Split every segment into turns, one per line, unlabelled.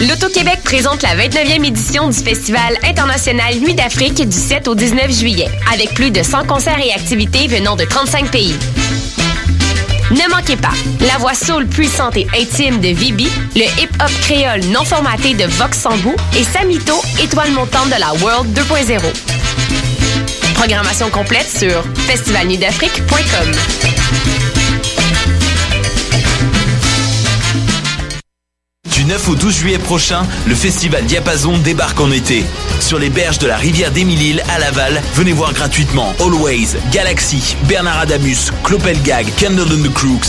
Hydro-Québec présente la 29e édition du Festival international Nuit d'Afrique du 7 au 19 juillet, avec plus de 100 concerts et activités venant de 35 pays. Ne manquez pas la voix soul puissante et intime de Vibi, le hip-hop créole non formaté de Vox Sambou et Samito, étoile montante de la World 2.0. Programmation complète sur festivalnuitdafrique.com.
Du 9 au 12 juillet prochain, le festival Diapason débarque en été. Sur les berges de la rivière d'Émilie à Laval, venez voir gratuitement Always, Galaxy, Bernard Adamus, Clopelgag, Candle and the Crooks,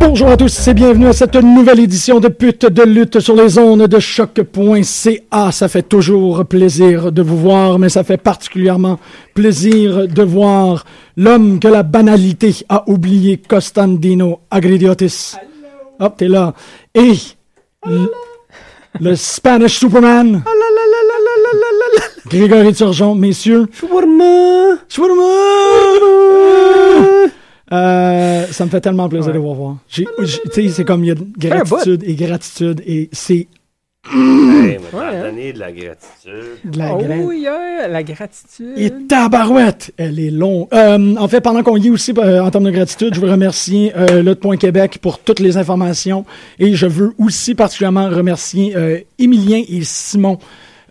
Bonjour à tous et bienvenue à cette nouvelle édition de Pute de lutte sur les ondes de choc.ca. Ça fait toujours plaisir de vous voir, mais ça fait particulièrement plaisir de voir l'homme que la banalité a oublié, Costandino Agridiotis. Hop, t'es là. Et l- le Spanish Superman, Grégory Turgeon, messieurs.
Shawarma!
Shawarma! Euh, ça me fait tellement plaisir de vous revoir. J'ai- j'ai- Tu sais, c'est comme il y a de gratitude et gratitude et c'est
Hey, mais
hein.
t'as donné de la gratitude.
de la
Oh,
gratitude.
yeah, la gratitude.
Et tabarouette, elle est longue. Euh, en fait, pendant qu'on y est aussi, euh, en termes de gratitude, je veux remercier euh, Lutte Point Québec pour toutes les informations et je veux aussi particulièrement remercier euh, Émilien et Simon.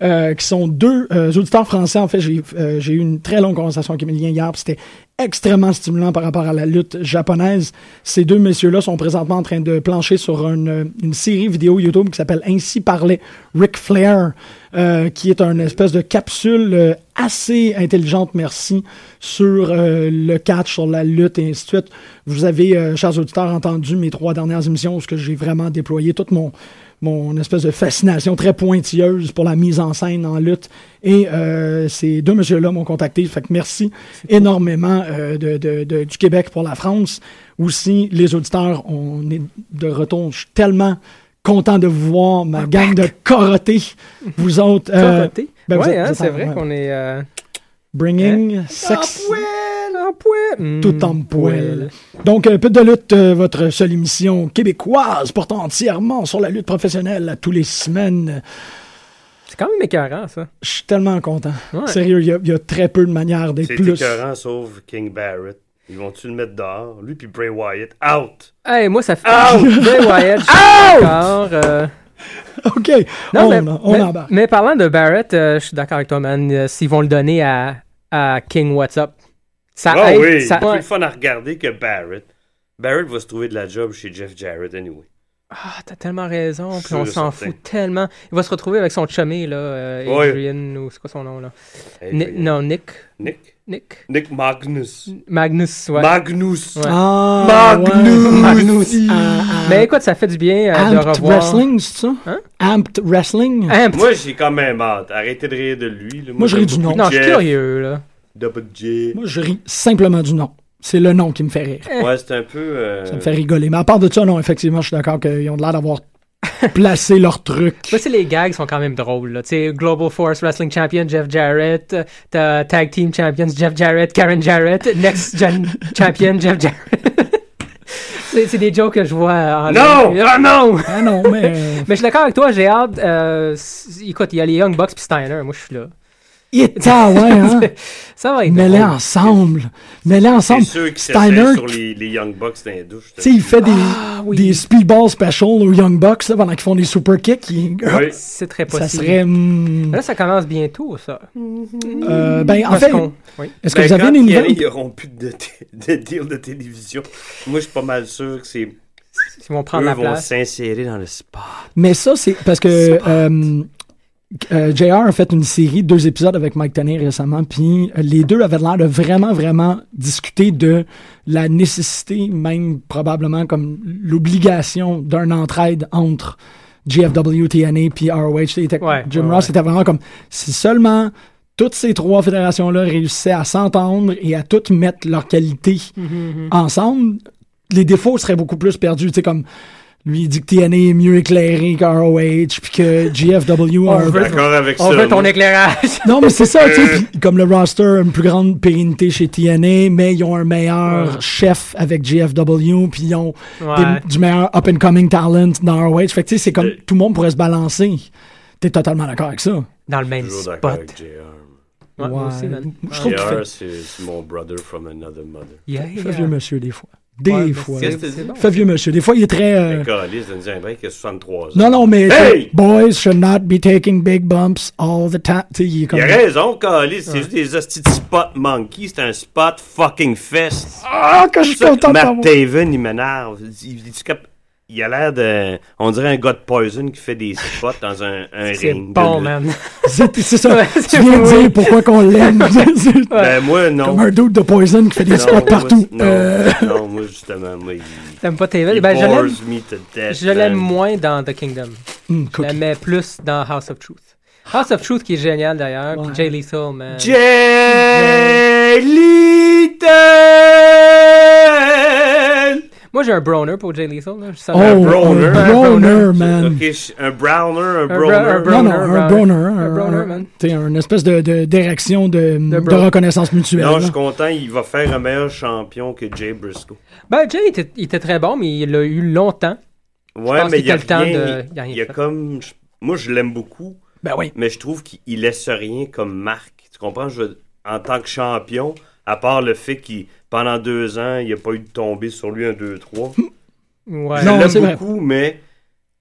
euh, qui sont deux euh, auditeurs français. En fait, j'ai euh, j'ai eu une très longue conversation avec Émilien hier. puis C'était extrêmement stimulant par rapport à la lutte japonaise. Ces deux messieurs-là sont présentement en train de plancher sur une, euh, une série vidéo YouTube qui s'appelle Ainsi parlait Ric Flair, euh, qui est une espèce de capsule euh, assez intelligente, merci, sur euh, le catch, sur la lutte et ainsi de suite. Vous avez, euh, chers auditeurs, entendu mes trois dernières émissions où ce que j'ai vraiment déployé tout mon mon espèce de fascination très pointilleuse pour la mise en scène en lutte. Et euh, ces deux messieurs-là m'ont contacté. Fait que merci énormément euh, de, de- de- du Québec pour la France. Aussi, les auditeurs, on est de retour. Je suis tellement content de vous voir,
Ah,
ma gang de corotés. Vous autres. euh,
Coroté.
ben, vous
ouais,
êtes-
hein,
vous êtes
c'est
en-
vrai
ouais.
qu'on est. euh,
Bringing sex.
En poêle, en poêle. Hmm,
Tout en poêle. Donc, euh, Pute de lutte, euh, votre seule émission québécoise portant entièrement sur la lutte professionnelle à tous les semaines.
C'est quand même écœurant, ça.
Je suis tellement content.
Ouais.
Sérieux, il y a- il y, a très peu de manières d'être
C'est
plus.
écœurant, sauf King Barrett. Ils vont-tu le mettre dehors? Lui puis Bray Wyatt, out!
Hey, moi, ça fait.
Out!
Bray Wyatt, je suis d'accord. euh,
OK.
Non,
on
mais,
on
mais-
embarque.
mais parlant de Barrett, euh, je suis d'accord avec toi, man. Euh, S'ils vont le donner à, à King What's Up, ça
Ah
aide.
oui!
ça-
C'est plus fun à regarder que Barrett. Barrett va se trouver de la job chez Jeff Jarrett, anyway.
Ah, t'as tellement raison. Puis
Sûr
on
et
s'en
certain.
fout tellement. Il va se retrouver avec son chummy, là. euh,
Ouais.
Adrian, ou c'est quoi son nom, là
Hey,
Ni-
Adrian.
Non, Nick.
Nick.
Nick
Nick Magnus.
Magnus, ouais.
Magnus.
Ouais.
Ah,
Magnus.
ouais.
Magnus.
Ah, ah.
Mais écoute, ça fait du bien euh, de
Amped
revoir.
Wrestling, c'est ça?
Hein?
Amped Wrestling?
Amped.
Moi, j'ai quand même hâte. Arrêtez de rire de lui. là.
Moi, je
j'aime
ris du
beaucoup
nom.
non, je suis
Jeff,
curieux, là.
Double J.
Moi, je ris simplement du nom. C'est le nom qui me fait rire.
Ouais, c'est un peu. euh,
Ça me fait rigoler. Mais à part de ça, non, effectivement, je suis d'accord qu'ils ont l'air d'avoir placé leur truc.
Là, c'est les gags sont quand même drôles, là. Tu sais, Global Force Wrestling Champion, Jeff Jarrett. euh, T'as Tag Team Champions, Jeff Jarrett, Karen Jarrett. Next Gen Champion, Jeff Jarrett. c'est c'est des jokes que je vois en
Non!
Ah, non!
Ah non, mais. euh,
Mais je suis d'accord avec toi, j'ai hâte. euh, s- écoute, il y a les Young Bucks puis Steiner, moi je suis là.
Ita, ouais, hein?
Ça va être.
Mets-les
drôle.
ensemble. Mets-les
C'est
ensemble.
ceux qui
Steiner,
s'asseyent sur les, les Young Bucks dans les douches.
tu sais, il fait des,
Ah, oui.
des speedball specials aux Young Bucks là, pendant qu'ils font des super kicks. il-
Oui.
C'est très possible.
Ça serait. hum,
Là, ça commence bientôt, ça.
euh, ben, en
Parce
fait,
qu'on- oui.
est-ce que
Ben,
vous avez
quand
une
ils arrivent,
nouvelle?
Ils n'auront plus de, t- de deal de télévision. Moi, je suis pas mal sûr que c'est.
Ils vont prendre
Eux
la
vont
place.
s'insérer dans le sport.
Mais ça, c'est parce que euh, euh, JR a fait une série, deux épisodes avec Mike Tenney récemment, puis euh, les deux avaient l'air de vraiment, vraiment discuter de la nécessité, même probablement comme l'obligation d'un entraide entre GFW, TNA, puis ROH. C'était-
Ouais,
Jim
ouais,
Ross
ouais.
était vraiment comme si seulement toutes ces trois fédérations-là réussissaient à s'entendre et à toutes mettre leurs qualités
Mhm,
ensemble, les défauts seraient beaucoup plus perdus. Tu sais, comme lui, il dit que TNA est mieux éclairé que ROH, puis que GFW a un-
veut- Euh.
D'accord avec
On
ça.
veut ton
moi.
éclairage.
Non, mais c'est ça, tu sais, puis comme le roster a une plus grande pérennité chez TNA, mais ils ont un meilleur chef avec GFW, puis ils ont des-
Ouais. Euh.
du meilleur up-and-coming talent dans ROH. Fait que tu sais, c'est comme tout le monde pourrait se balancer. T'es totalement d'accord avec ça?
Dans le même
Toujours d'accord
spot.
avec JR.
Ouais, moi aussi,
Ouais.
man.
Je trouve qu'il
JR,
fait,
c'est c'est mon brother from another mother.
Yeah,
il fait
yeah.
vieux monsieur des fois. Des
Ouais, mais
fois. Il
c'est-
Qu'est-ce que
c'est
tu
bon.
fait vieux monsieur. Des fois, il est très... euh,
Mais Calis, ça nous dit un mec qui a 63 ans.
Non, non, mais
Hey!
boys should not be taking big bumps all the time. Tu sais, il est comme.
Il a raison, Calis. C'est juste des hosties de spot monkey. C'est un spot fucking fest.
Ah, que je suis
Ça,
content de
Matt
t'avoir.
Taven, il m'énerve. Il, il- il a l'air de. On dirait un gars de Poison qui fait des spots dans un, un
C'est
ring. de
bon,
lutte.
man.
C'est c'est ça.
Ouais,
tu
c'est
viens de
vrai.
dire pourquoi qu'on l'aime. C'est
Ben, moi, non.
Comme un dude de Poison qui fait des
Non,
spots
moi,
partout.
Non,
Euh,
non, moi, justement, moi, il,
T'aimes pas TV?
il
Ben, je l'aime.
bores me to death.
Je l'aime
man.
moins dans The Kingdom.
hum,
Je
cook.
la mets plus dans House of Truth. House of Truth qui est génial d'ailleurs.
Ouais.
Puis Jay Lethal, man.
Jellyton!
Moi, j'ai un broner pour Jay Lethal. Là. Je savais-
Oh, un
browner.
browner, man.
Ok, je- un browner, un
bro-
browner.
un bro-
Non, non,
browner,
un
browner.
broner.
Un browner, man.
T'es un espèce de de- d'érection de, de,
bro.
reconnaissance mutuelle.
Non, je
là.
suis content, il va faire un meilleur champion que Jay Briscoe.
Ben, Jay, il était, il était très bon, mais il l'a eu longtemps.
Ouais,
pense
mais
qu'il
il y a,
a le temps
rien-
de- il y a rien
il y a
fait.
comme. je- Moi, je l'aime beaucoup,
Ben oui.
mais je trouve qu'il il laisse rien comme marque. Tu comprends? Je veux- en tant que champion, à part le fait qu'il, pendant deux ans, il n'y a pas eu de tombée sur lui un 2-3.
Ouais.
Je
Non, c'est
l'aime
vrai.
beaucoup, mais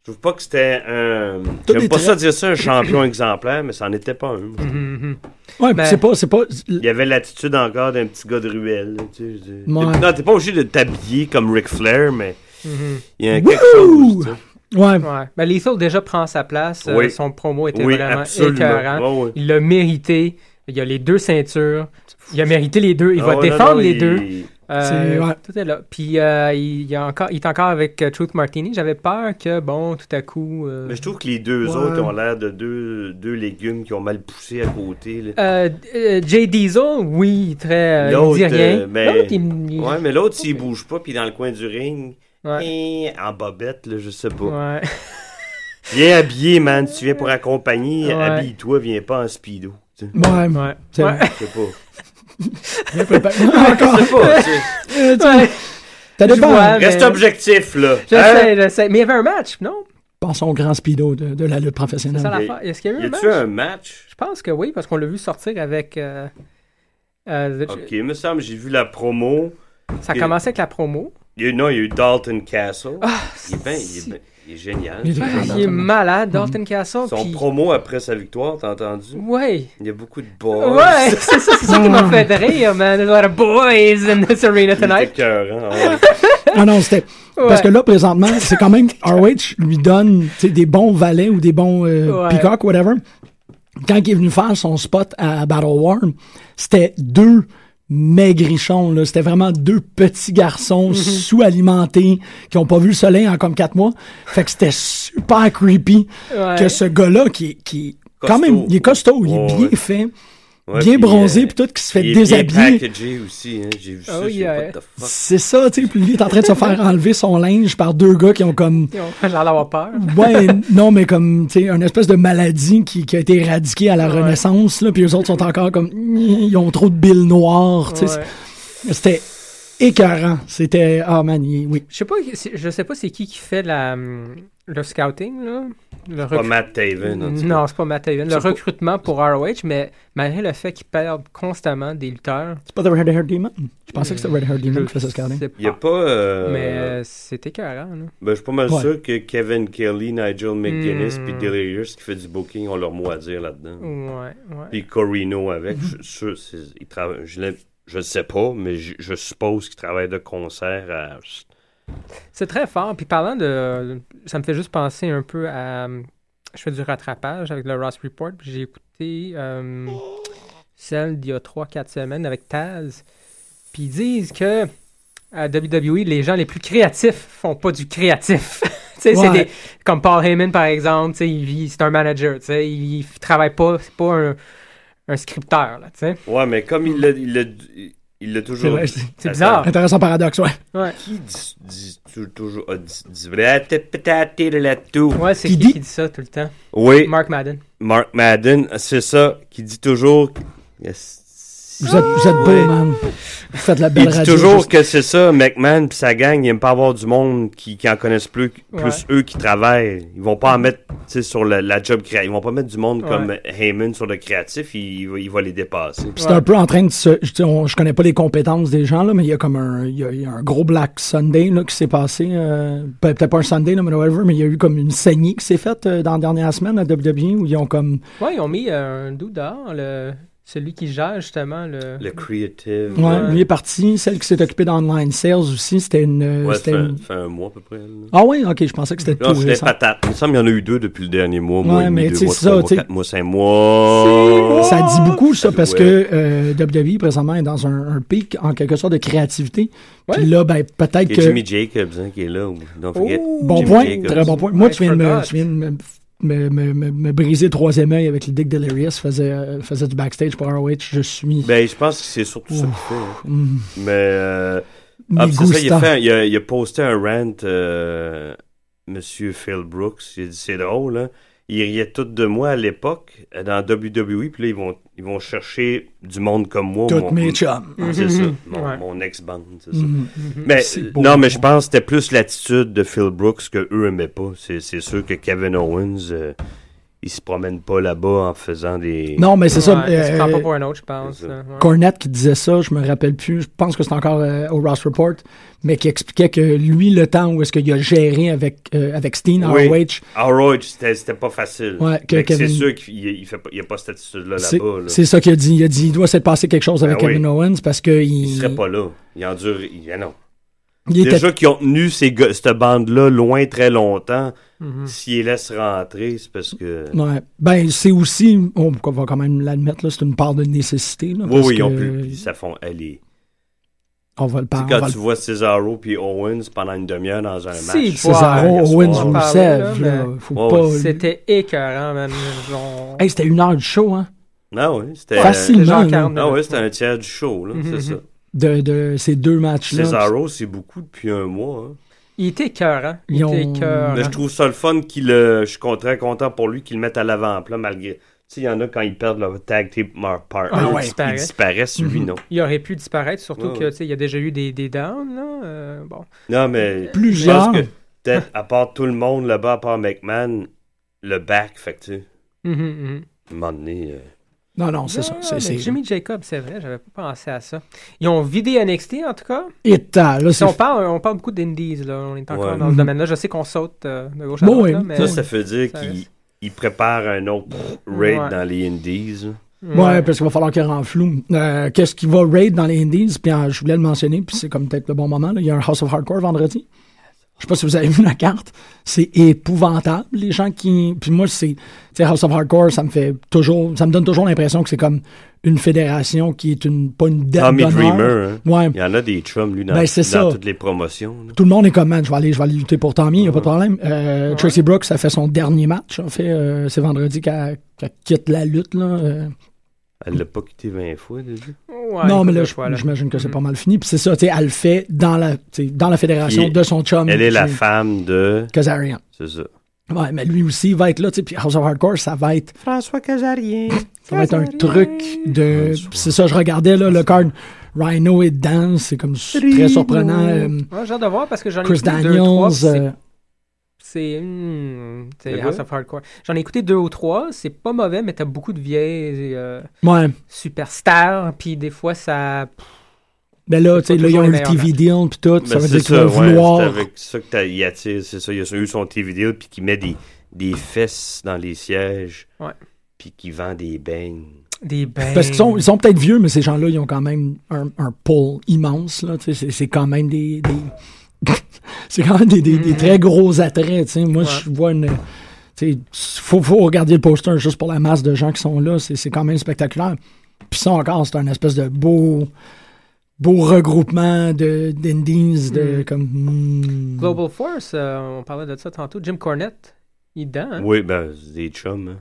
je trouve pas que c'était un.
Tout est
J'aime pas
très-
ça dire ça, un champion exemplaire, mais ça n'en était pas un. moi.
Mhm.
Ouais,
Ben-
c'est pas. C'est pas
Il y avait l'attitude encore d'un petit gars de ruelle. là, tu sais, je dis-
Ouais.
Non, t'es pas obligé de t'habiller comme Ric Flair, mais
Mhm.
il y a
Wouhou!
quelque chose. tu sais.
ouais.
Ouais. Ben, Lethal déjà prend sa place. Euh,
Oui.
son promo était
Oui,
vraiment
absolument. Oh,
écœurant.
Ouais, ouais.
Il l'a mérité. Il a les deux ceintures. Il a mérité les deux. Il
Ah
va
ouais, non,
défendre
non,
les
il-
deux.
C'est- ouais.
Tout est là. Puis euh, il, il a encore, il est encore avec euh, Truth Martini. J'avais peur que, bon, tout à coup. euh,
Mais je trouve que les deux
Ouais.
autres ont l'air de deux, deux légumes qui ont mal poussé à côté. là.
Euh, euh, Jay Diesel, oui, très. Euh, il dit
L'autre,
rien.
euh, mais-
L'autre, il- il-
Ouais, mais l'autre, s'il bouge pas, puis dans le coin du ring,
Ouais.
eh, en bobette, là, je sais pas.
Ouais.
Viens habillé, man. Tu viens pour accompagner,
Ouais.
habille-toi, viens pas en speedo. tu sais.
Ouais.
Ouais.
C'est
Ouais.
Je sais pas.
Encore.
Je sais pas, tu sais.
Euh, tu-
Ouais.
Ça
Je
dépend.
vois.
Reste
mais-
objectif, là.
Je
Hein?
sais, je sais. Mais il y avait un match, non?
Pensons au grand speedo de, de la lutte
C'est ça
professionnelle.
y a-
l'affaire. Est-ce qu'il y a eu
Y
un match?
a-tu un match?
Je pense que oui, parce qu'on l'a vu sortir avec. euh, euh, the-
Ok, il me semble, j'ai vu la promo.
Ça a
il-
commencé avec la promo.
Il y a- non, il y a eu Dalton Castle. il, est ben- il, est
Ah, si.
ben- il est génial.
Il est
Ah,
Dalton.
il est malade, Dalton Castle.
Son
puis-
promo après sa victoire, t'as entendu?
Ouais.
Il y a beaucoup de balles.
Ouais, c'est ça, c'est ça qui m'a fait rire, man. There's a lot of boys in this arena
C'est
tonight.
écœurant. ouais.
Ah non, c'était. Parce que
Ouais.
là, présentement, c'est quand même ROH lui donne tu sais, des bons valets ou des bons euh,
Ouais.
peacocks, whatever. Quand il est venu faire son spot à Battle War, c'était deux maigrichons. là. C'était vraiment deux petits garçons
Mm-hmm.
sous-alimentés qui ont pas vu le soleil en comme quatre mois. Fait que c'était super creepy
Ouais.
que ce gars-là qui, qui quand
Costaud.
même, il est costaud, il est
Ouais,
bien
ouais.
fait,
Ouais,
bien
puis,
bronzé,
euh,
puis tout, qui se fait
il est Bien
déshabiller.
packagé aussi, hein. J'ai vu
Oh,
ça. j'ai dit,
yeah.
What the fuck?
C'est ça, tu sais, puis lui il est en train de se faire enlever son linge par deux gars qui ont comme
Ils ont l'air d'avoir peur.
Ouais, non, mais comme, tu sais, une espèce de maladie qui, qui a été éradiquée à la
Ouais.
Renaissance, là, puis eux autres sont encore comme, ils ont trop de billes noires, tu sais.
Ouais.
C'était écœurant. C'était, ah man, il- oui.
Je sais pas, c'est- je sais pas c'est qui qui fait la, hum, le scouting, là. Le
Pas
recru-
Matt Taven, en tout cas.
Non, c'est pas Matt Haven. Le
C'est pas-
recrutement pour ROH, mais malgré le fait qu'ils perdent constamment des lutteurs.
C'est pas The Red Hair Demon? Je pensais que c'était Red Hair Demon qui faisait ce scouting.
sais
Il n'y a
pas.
pas. euh,
Ah. Mais euh, c'est écœurant, là.
ben, je suis pas mal
Ouais.
sûr que Kevin Kelly, Nigel McGuinness,
Hmm.
puis Delirious qui fait du booking ont leur mot à dire là-dedans.
Ouais, Mm-hmm. ouais.
Puis Corino avec, je suis sûr, c'est- il travaille. Je l'aime- je le sais pas, mais je, je suppose qu'il travaille de concert à.
C'est très fort. Puis parlant de. Ça me fait juste penser un peu à. hum, Je fais du rattrapage avec le Ross Report. puis J'ai écouté hum, celle d'il y a 3-4 semaines avec Taz. Puis ils disent que à WWE, les gens les plus créatifs font pas du créatif. Tu sais, c'est
Ouais.
des- comme Paul Heyman, par exemple, tu sais, il vit- c'est un manager. tu sais, Il il travaille pas, c'est pas un, un scripteur. là, tu sais.
Ouais, mais comme il l'a- il l'a il l'a toujours.
vrai,
dit-
c'est-
c'est
Attends,
bizarre.
Intéressant paradoxe, ouais.
Ouais.
Qui dit, dit tou- toujours. a dit- dit vrai, ah, t'es peut-être là tout.
Ouais, c'est
Qui
qui,
dit-
qui dit ça tout le temps?
Oui,
Mark Madden.
Mark Madden, c'est ça, qui dit toujours. Yes.
Vous êtes, vous êtes beau, man. Vous faites la belle
Il dit
radio.
toujours
juste-
que c'est ça, McMahon pis sa gang, ils aiment pas avoir du monde qui, qui en connaissent plus, plus
Ouais.
eux qui travaillent. Ils vont pas en mettre tu sais, sur la, la job créative. Ils vont pas mettre du monde
Ouais.
comme Heyman sur le créatif, il, il va- il va les dépasser.
Puis C'est un peu en train de se. Je, dis, on- je connais pas les compétences des gens, là, mais il y a comme un. Il y a, il y a un gros Black Sunday là, qui s'est passé. euh, pe- Peut-être pas un Sunday, là, mais whatever, mais il y a eu comme une saignée qui s'est faite euh, dans la dernière semaine à WWE où ils ont comme.
Ouais, ils ont mis euh, un doux dehors, le... celui qui gère justement le.
Le creative.
Ouais,
euh,
lui est parti. Celle qui s'est occupée d'online sales aussi, c'était une. euh,
ouais, ça
c'était
fait,
une-
ça fait un mois à peu près. là.
Ah ouais, ok, je pensais que c'était
Non,
tout
c'est des
récent.
patates. Il me semble qu'il y en a eu deux depuis le dernier mois,
Ouais,
mois et
mais
demi,
tu sais,
deux mois,
c'est
trois
ça,
mois,
tu sais.
quatre mois, cinq mois.
Oh! Ça dit beaucoup, ça,
Ça
parce
doit-
que euh, WWE, présentement, est dans un, un pic, en quelque sorte, de créativité. Puis là, ben, peut-être
Il y a
que.
Jimmy Jacobs hein, qui est là. Don't
Oh!
forget.
Bon
Jimmy
point,
Jacobs.
très bon point. Moi,
I
tu viens, de me,
forgot.
tu viens de me, me, me- me- me briser le troisième œil avec le Dick Delirious, faisait, euh, faisait du backstage pour ROH. Je suis
Ben, je pense que c'est surtout ça qu'il fait. hein.
Mm.
Mais. euh, Ah, puis c'est ça, il a,
mégustant.
fait un- il, a, il a posté un rant, euh, Monsieur Phil Brooks. Il a dit c'est drôle, hein? Ils riaient tous de moi à l'époque euh, dans WWE, puis là, ils vont, ils vont chercher du monde comme moi.
Toutes
mon-
mes chums. Mm-hmm.
Ah, C'est ça, mon,
Ouais.
mon ex-band, c'est ça. Mais,
C'est
euh,
beau.
non, mais je pense que c'était plus l'attitude de Phil Brooks que eux aimaient pas. C'est c'est sûr que Kevin Owens, euh, il se promène pas là-bas en faisant des...
Non, mais c'est ça.
Ouais, ça se
euh,
prend pas pour un autre, je pense.
c'est ça.
là, ouais.
Cornette qui disait ça, je me rappelle plus, je pense que c'est encore euh, au Ross Report, mais qui expliquait que lui, le temps où est-ce qu'il a géré avec, euh, avec Steen,
Oui. Ah,
ROH,
ROH, c'était c'était pas facile.
Ouais, que
Mais C'est
Kevin-
sûr qu'il il fait pas- il y a pas cette attitude-là
c'est
là-bas. là.
c'est ça qu'il a dit. Il a dit, il doit s'être passé quelque chose avec
Ben oui.
Kevin Owens parce que il,
Il serait pas là. Il endure. Il, ah non.
il était...
Déjà qu'ils ont tenu ces gars- cette bande-là loin très longtemps,
Mhm.
s'ils les laissent rentrer, c'est parce que.
Ouais. Ben, c'est aussi, on, on va quand même l'admettre, là, c'est une part de nécessité. Là,
oui,
parce
oui, ils ont
que
pu. puis Ça font aller.
On va le
Tu sais,
parler. on
quand
va
tu
le-
vois Cesaro puis Owens pendant une demi-heure dans un match.
Si,
Cesaro,
hier soir,
Owens,
on
on le
parlait,
sève,
là,
là,
mais-
Faut
Ouais,
pas...
ouais.
C'était écœurant, man. On-
Hey, c'était une heure de show, hein?
Non, oui, c'était.
Facile.
C'était genre
man,
40
Non, oui,
minutes.
Euh, Ah c'était un tiers du show, là.
Mhm,
C'est ça.
mhm.
De, de ces deux matchs-là.
Cesaro, c'est beaucoup depuis un mois. hein.
Il était écœurant. Il
Ils ont-
était écœurant.
Mais je trouve ça le fun qu'il le. Je suis content, content pour lui qu'il le mette à l'avant-plan malgré. Tu sais, il y en a quand ils perdent leur tag team partner.
Ah
ils
ouais.
disparaissent. Ils disparaissent, lui, non.
Il aurait pu disparaître, surtout
Ouais,
que,
Ah ouais.
tu sais, il y a déjà eu des, des downs, là. euh, bon.
Non, mais.
Plusieurs.
Je pense que peut-être, à part tout le monde là-bas, à part McMahon, le back, fait que tu sais,
Mhm, mhm.
à un moment donné, euh,
Non, non, c'est
Non,
ça. C'est,
mais
c'est...
Jimmy Jacob, c'est vrai, j'avais pas pensé à ça. Ils ont vidé NXT, en tout cas.
Et t'as, là,
Si
c'est...
on, parle, on parle beaucoup d'Indies, là. On est encore
Ouais.
dans le domaine-là. Je sais qu'on saute euh, de gauche à
Mhm. Bon,
droite,
ouais.
là, mais...
ça, ça fait dire
Ça
qu'il
reste.
il prépare un autre raid
Ouais.
dans les Indies. là.
Ouais, parce qu'il va falloir qu'il renfloue. Euh, qu'est-ce qui va raid dans les Indies? Puis euh, je voulais le mentionner, puis c'est comme peut-être le bon moment. là. Il y a un House of Hardcore vendredi. Je sais pas si vous avez vu la carte. C'est épouvantable, les gens qui. Puis moi, c'est. Tu sais, House of Hardcore, ça me fait toujours. Ça me donne toujours l'impression que c'est comme une fédération qui est une. Pas une date
Tommy
d'honneur.
Dreamer. hein.
Ouais.
Il y en a des chums, lui, dans,
Ben, c'est
dans
ça.
toutes les promotions. là.
Tout le monde est comme, man, je vais aller, je vais aller lutter pour Tommy, il a pas de problème. Euh, Tracy Brooks a fait son dernier match. En fait, euh, c'est vendredi qu'elle qu'elle quitte la lutte. Là. Euh,
Elle l'a pas quitté 20 fois déjà.
Ouais,
non, mais
une
là,
couple de
je-
fois, là. Mm-hmm.
j'imagine que c'est pas mal fini. Puis c'est ça, tu sais, elle le fait dans la, tu sais, dans la fédération
Il est-
de son chum.
Elle est la
c'est
femme de.
Kazarian.
C'est ça.
Ouais, mais lui aussi il va être là, tu sais, puis House of Hardcore, ça va être,
François Casarien.
ça va être un truc de...
Bonsoir.
C'est ça, je regardais, là, le card Rhino est dedans, c'est comme très surprenant. euh,
Mhm.
Ouais, j'ai hâte de voir parce que j'en ai
Chris
écouté deux, trois,
Daniels,
puis c'est-
euh,
c'est hmm, c'est
Le
House
gars?
of Hardcore. J'en ai écouté deux ou trois, c'est pas mauvais, mais t'as beaucoup de vieilles euh,
ouais.
superstars, puis des fois ça...
Ben là, tu sais,
Pas
là, ils
toujours
ont
les
le TV deal, puis tout, ça
Ben,
veut
c'est
dire qu'ils vont
ouais,
vouloir...
C'est avec ça que t'as- il attire. C'est ça. Il a eu son TV deal, puis qui met des, des fesses dans les sièges.
Ouais.
Puis qui vend des beignes.
Des ben, bains.
Parce qu'ils sont, ils sont peut-être vieux, mais ces gens-là, ils ont quand même un, un pull immense. Là, tu sais, c'est, c'est quand même des. des- c'est quand même des, des-
Mm-hmm.
des très gros attraits. tu sais. Moi, je vois une. tu sais, faut, faut regarder le poster juste pour la masse de gens qui sont là. C'est, c'est quand même spectaculaire. Puis ça encore, c'est un espèce de beau. Beau regroupement de, d'indies, de comme. hmm.
Mm-hmm. Global Force, euh, on parlait de ça tantôt, Jim Cornette, il est dedans. hein?
Oui, ben, c'est des chums. hein.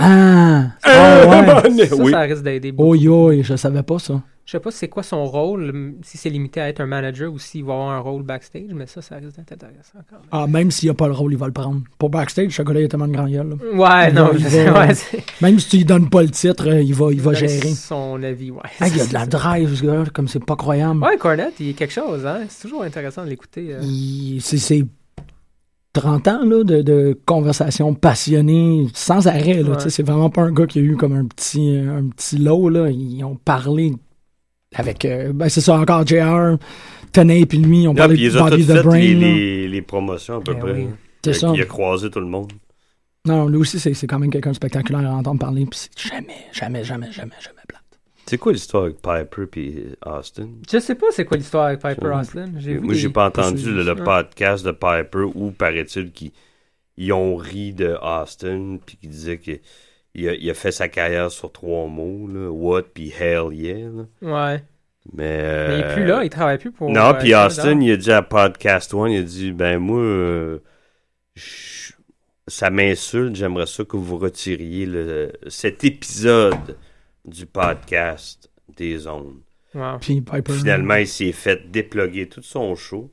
Ah! Ah ouais!
Ça,
oui.
ça risque d'aider beaucoup.
Oi, oi, je savais pas ça.
Je sais pas c'est quoi son rôle, m- si c'est limité à être un manager ou s'il va avoir un rôle backstage, mais ça, ça risque d'être intéressant quand même.
Ah, même s'il n'y a pas le rôle, il va le prendre. Pour backstage, ce gars-là, il a tellement de grand gueule. là.
Ouais, non,
il
je
va-
sais, ouais, c'est-
Même si tu lui donnes pas le titre, euh, il va, il va
donner
gérer.
Son avis, ouais.
Ah, il y a de la drive, ce gars, comme c'est pas croyable.
Ouais, Cornette, il est quelque chose, hein. C'est toujours intéressant de l'écouter. euh.
Il- C'est, c'est 30 ans là, de, de conversations passionnées, sans arrêt. Là,
Ouais.
Tu sais, C'est vraiment pas un gars qui a eu comme un petit, euh, un petit lot. Là. Ils ont parlé avec. euh, ben, c'est ça, encore JR, Tenay, puis lui, ils ont
Là,
parlé
puis
de
ils ont
Bobby
toutes
the
fait
Brain.
les,
là.
les, les promotions à peu
Ben
près.
oui.
hein.
C'est
Fait
ça.
qu'il a croisé tout le monde.
Non, lui aussi, c'est, c'est quand même quelqu'un de spectaculaire à entendre parler. Puis c'est jamais, jamais, jamais, jamais, jamais plat.
C'est quoi l'histoire avec Piper puis Austin?
Je sais pas c'est quoi l'histoire avec Piper
Ça-
Austin. J'ai vu
Euh, Moi, j'ai
des-
pas entendu le, le
Ouais.
podcast de Piper où, paraît-il, qu'ils ils ont ri de Austin, puis qui disait que il a, il a fait sa carrière sur trois mots, là, what, puis hell yeah. là.
Ouais.
Mais, euh,
Mais il est plus là, il travaille plus pour.
Non,
euh,
puis Austin,
Showdown.
il a dit à Podcast One, il a dit, ben moi, euh, je- ça m'insulte, j'aimerais ça que vous retiriez le, cet épisode du podcast des ondes.
Wow.
Puis Piper.
Finalement, il s'est fait déploguer tout son show.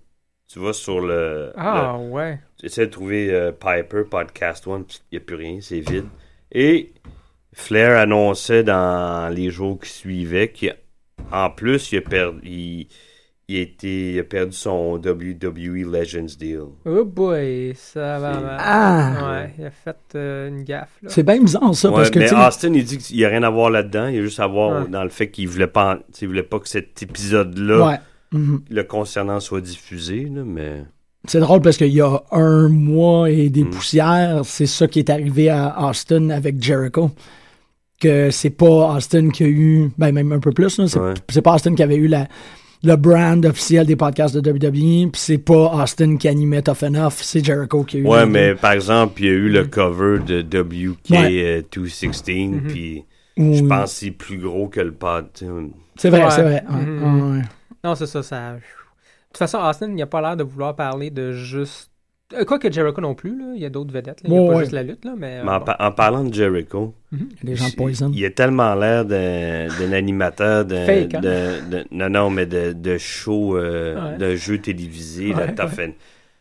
Tu vas sur le... le-
Ah, ouais.
tu essaies de trouver euh, Piper, Podcast One, il n'y a plus rien, c'est vide. Et Flair annonçait dans les jours qui suivaient qu'en plus, il a, perdu, il, il était, il a perdu son WWE Legends deal.
Oh boy, ça va
C'est-
mal.
Ah!
Ouais, il a fait euh, une gaffe, là.
C'est bien bizarre ça,
Ouais,
parce que tu
mais ah,
sais,
Austin, il dit qu'il n'y a rien à voir là-dedans. Il y a juste à voir
Ouais.
dans le fait qu'il voulait pas, en- tu sais, il voulait pas que cet épisode-là,
ouais. Mhm.
le concernant, soit diffusé. là, mais
C'est drôle parce qu'il y a un mois et des
Mm.
poussières, c'est ça qui est arrivé à Austin avec Jericho. Que c'est pas Austin qui a eu, ben même un peu plus, là, c'est
Ouais.
c'est pas Austin qui avait eu la, le brand officiel des podcasts de WWE, puis c'est pas Austin qui animait Tough Enough, c'est Jericho qui a eu. les
Ouais, mais
deux.
par exemple, il y a eu le cover de WK
Mm-hmm. Ouais. Mm-hmm.
euh, 216, puis
Ou-
je pense que c'est plus gros que le pod. tu sais.
C'est vrai,
Ouais.
c'est vrai. ouais,
Mhm.
ouais.
Non, c'est ça, ça. De toute façon, Austin, il n'a pas l'air de vouloir parler de juste. Euh, Quoi que Jericho non plus, là. Il y a d'autres vedettes, là. Il n'y a
Ouais,
pas
ouais.
juste la lutte, là, mais. euh,
Mais en,
bon.
pa- en parlant de Jericho,
Les gens de Poison.
il a tellement l'air d'un d'un animateur d'un
Fake, hein?
d'un- d'un- non, non, mais de, de show, euh,
Ouais.
de jeu télévisé,
Ouais,
de tough end.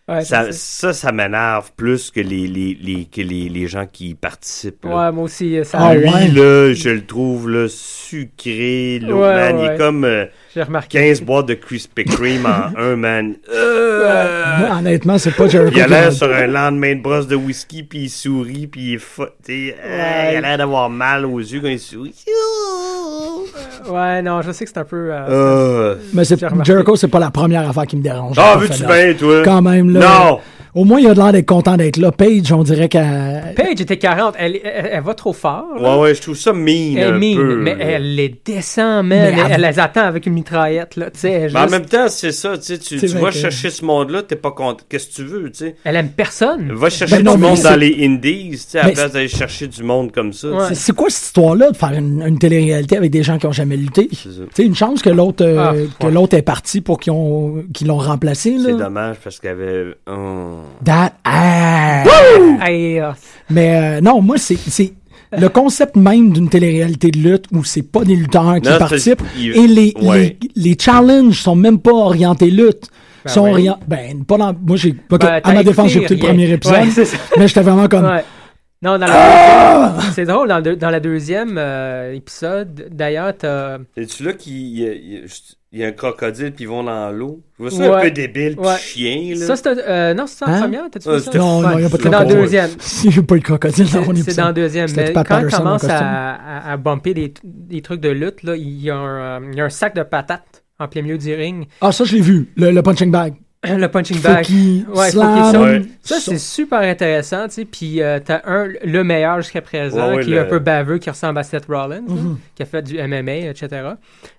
Ouais,
Ça,
c'est-
ça, ça m'énerve plus que les, les, les- que les, les gens qui y participent. là.
Ouais, moi aussi, euh, ça.
Ah
Lui,
ouais.
là, je le trouve là, sucré, là,
Ouais,
man, il
ouais.
est comme... euh,
J'ai remarqué.
15 boîtes de Krispy Kreme en un, man. Euh,
Moi, honnêtement, c'est pas Jericho.
il a
qui
l'air
m'a-
sur un lendemain de brosse de whisky, puis il sourit, puis il est fa- t'sais, euh, il a l'air d'avoir mal aux yeux quand il sourit.
Ouais, non, je sais que c'est un peu. euh,
Euh.
Mais c'est
J'ai remarqué.
Jericho, c'est pas la première affaire qui me dérange.
Ah,
Tough
veux-tu
Enough.
bien, toi?
Quand même, là.
Non!
Au moins, il a de l'air d'être content d'être là. Page, on dirait qu'elle.
Paige était 40, elle, elle, elle va trop fort. là.
Ouais, ouais, je trouve ça mean.
Elle est
un
mean,
peu,
mais
là.
elle les descend, man.
Mais
Elle,
elle-
elle les attend avec une mitraillette, là, tu sais. elle
Mais en
juste-
même temps, c'est ça, tu sais, tu,
C'est
tu
vrai
vas
que-
chercher ce monde-là, t'es pas content. Qu'est-ce que tu veux, tu sais?
Elle aime personne.
Va chercher
Ben non,
du
mais
monde
c'est-
dans les indies, tu sais, à
Mais
la place d'aller chercher du monde comme ça. tu
Ouais.
C'est- C'est quoi cette histoire-là de faire une, une télé-réalité avec des gens qui ont jamais lutté?
sais, c'est ça.
C'est une chance que l'autre euh,
Ah,
que
ouais.
l'autre est parti pour qu'ils ont- qu'ils l'ont remplacé.
C'est
Là.
dommage parce qu'il y avait. Oh.
That ass.
Aïe, ah,
Mais euh, non, moi, c'est c'est le concept même d'une télé-réalité de lutte où c'est pas des lutteurs qui
Non, c'est-
participent
il-
et les,
ouais.
les, les challenges sont même pas orientés lutte.
Ben
sont
oui.
orient- Ben, pas dans. Moi, j'ai. ok,
Ben,
à ma
t'as
défense, j'ai écouté
écouté
le
rien.
premier épisode.
Ouais, c'est ça.
mais j'étais vraiment comme. Ah!
Ouais. Non, dans la c'est drôle, dans, le deux- dans la deuxième euh, épisode, d'ailleurs, t'as...
C'est-tu là qu'il y, a- il y a- il y a un crocodile puis ils vont dans l'eau? Je vois ça
Ouais.
un peu débile pis
Ouais.
chien, là.
Ça, c'est un- euh, non, c'est en
Hein?
première, t'as-tu
Ah,
vu ça?
c'était-
Non, non, il n'y a pas de
C'est dans
crocodile.
la deuxième.
Si j'ai pas eu de crocodile dans mon
C'est-
épisode.
C'est dans le deuxième.
C'était
Mais
Pat
quand on
Patterson en
commence à,
costume.
à, à bumper des, des trucs de lutte, là, il, y a un, euh, il y a un sac de patates en plein milieu du ring.
Ah, ça, je l'ai vu, le, le punching bag.
Le punching
Faut
bag.
qu'il
Ouais, faut
slam,
qu'il sorte.
Ouais.
Ça, c'est super intéressant, tu sais. Puis euh, t'as un, le meilleur jusqu'à présent,
Ouais, ouais,
qui est
le-
un peu baveux, qui ressemble à Seth Rollins, là, qui a fait du MMA, etc. Ben,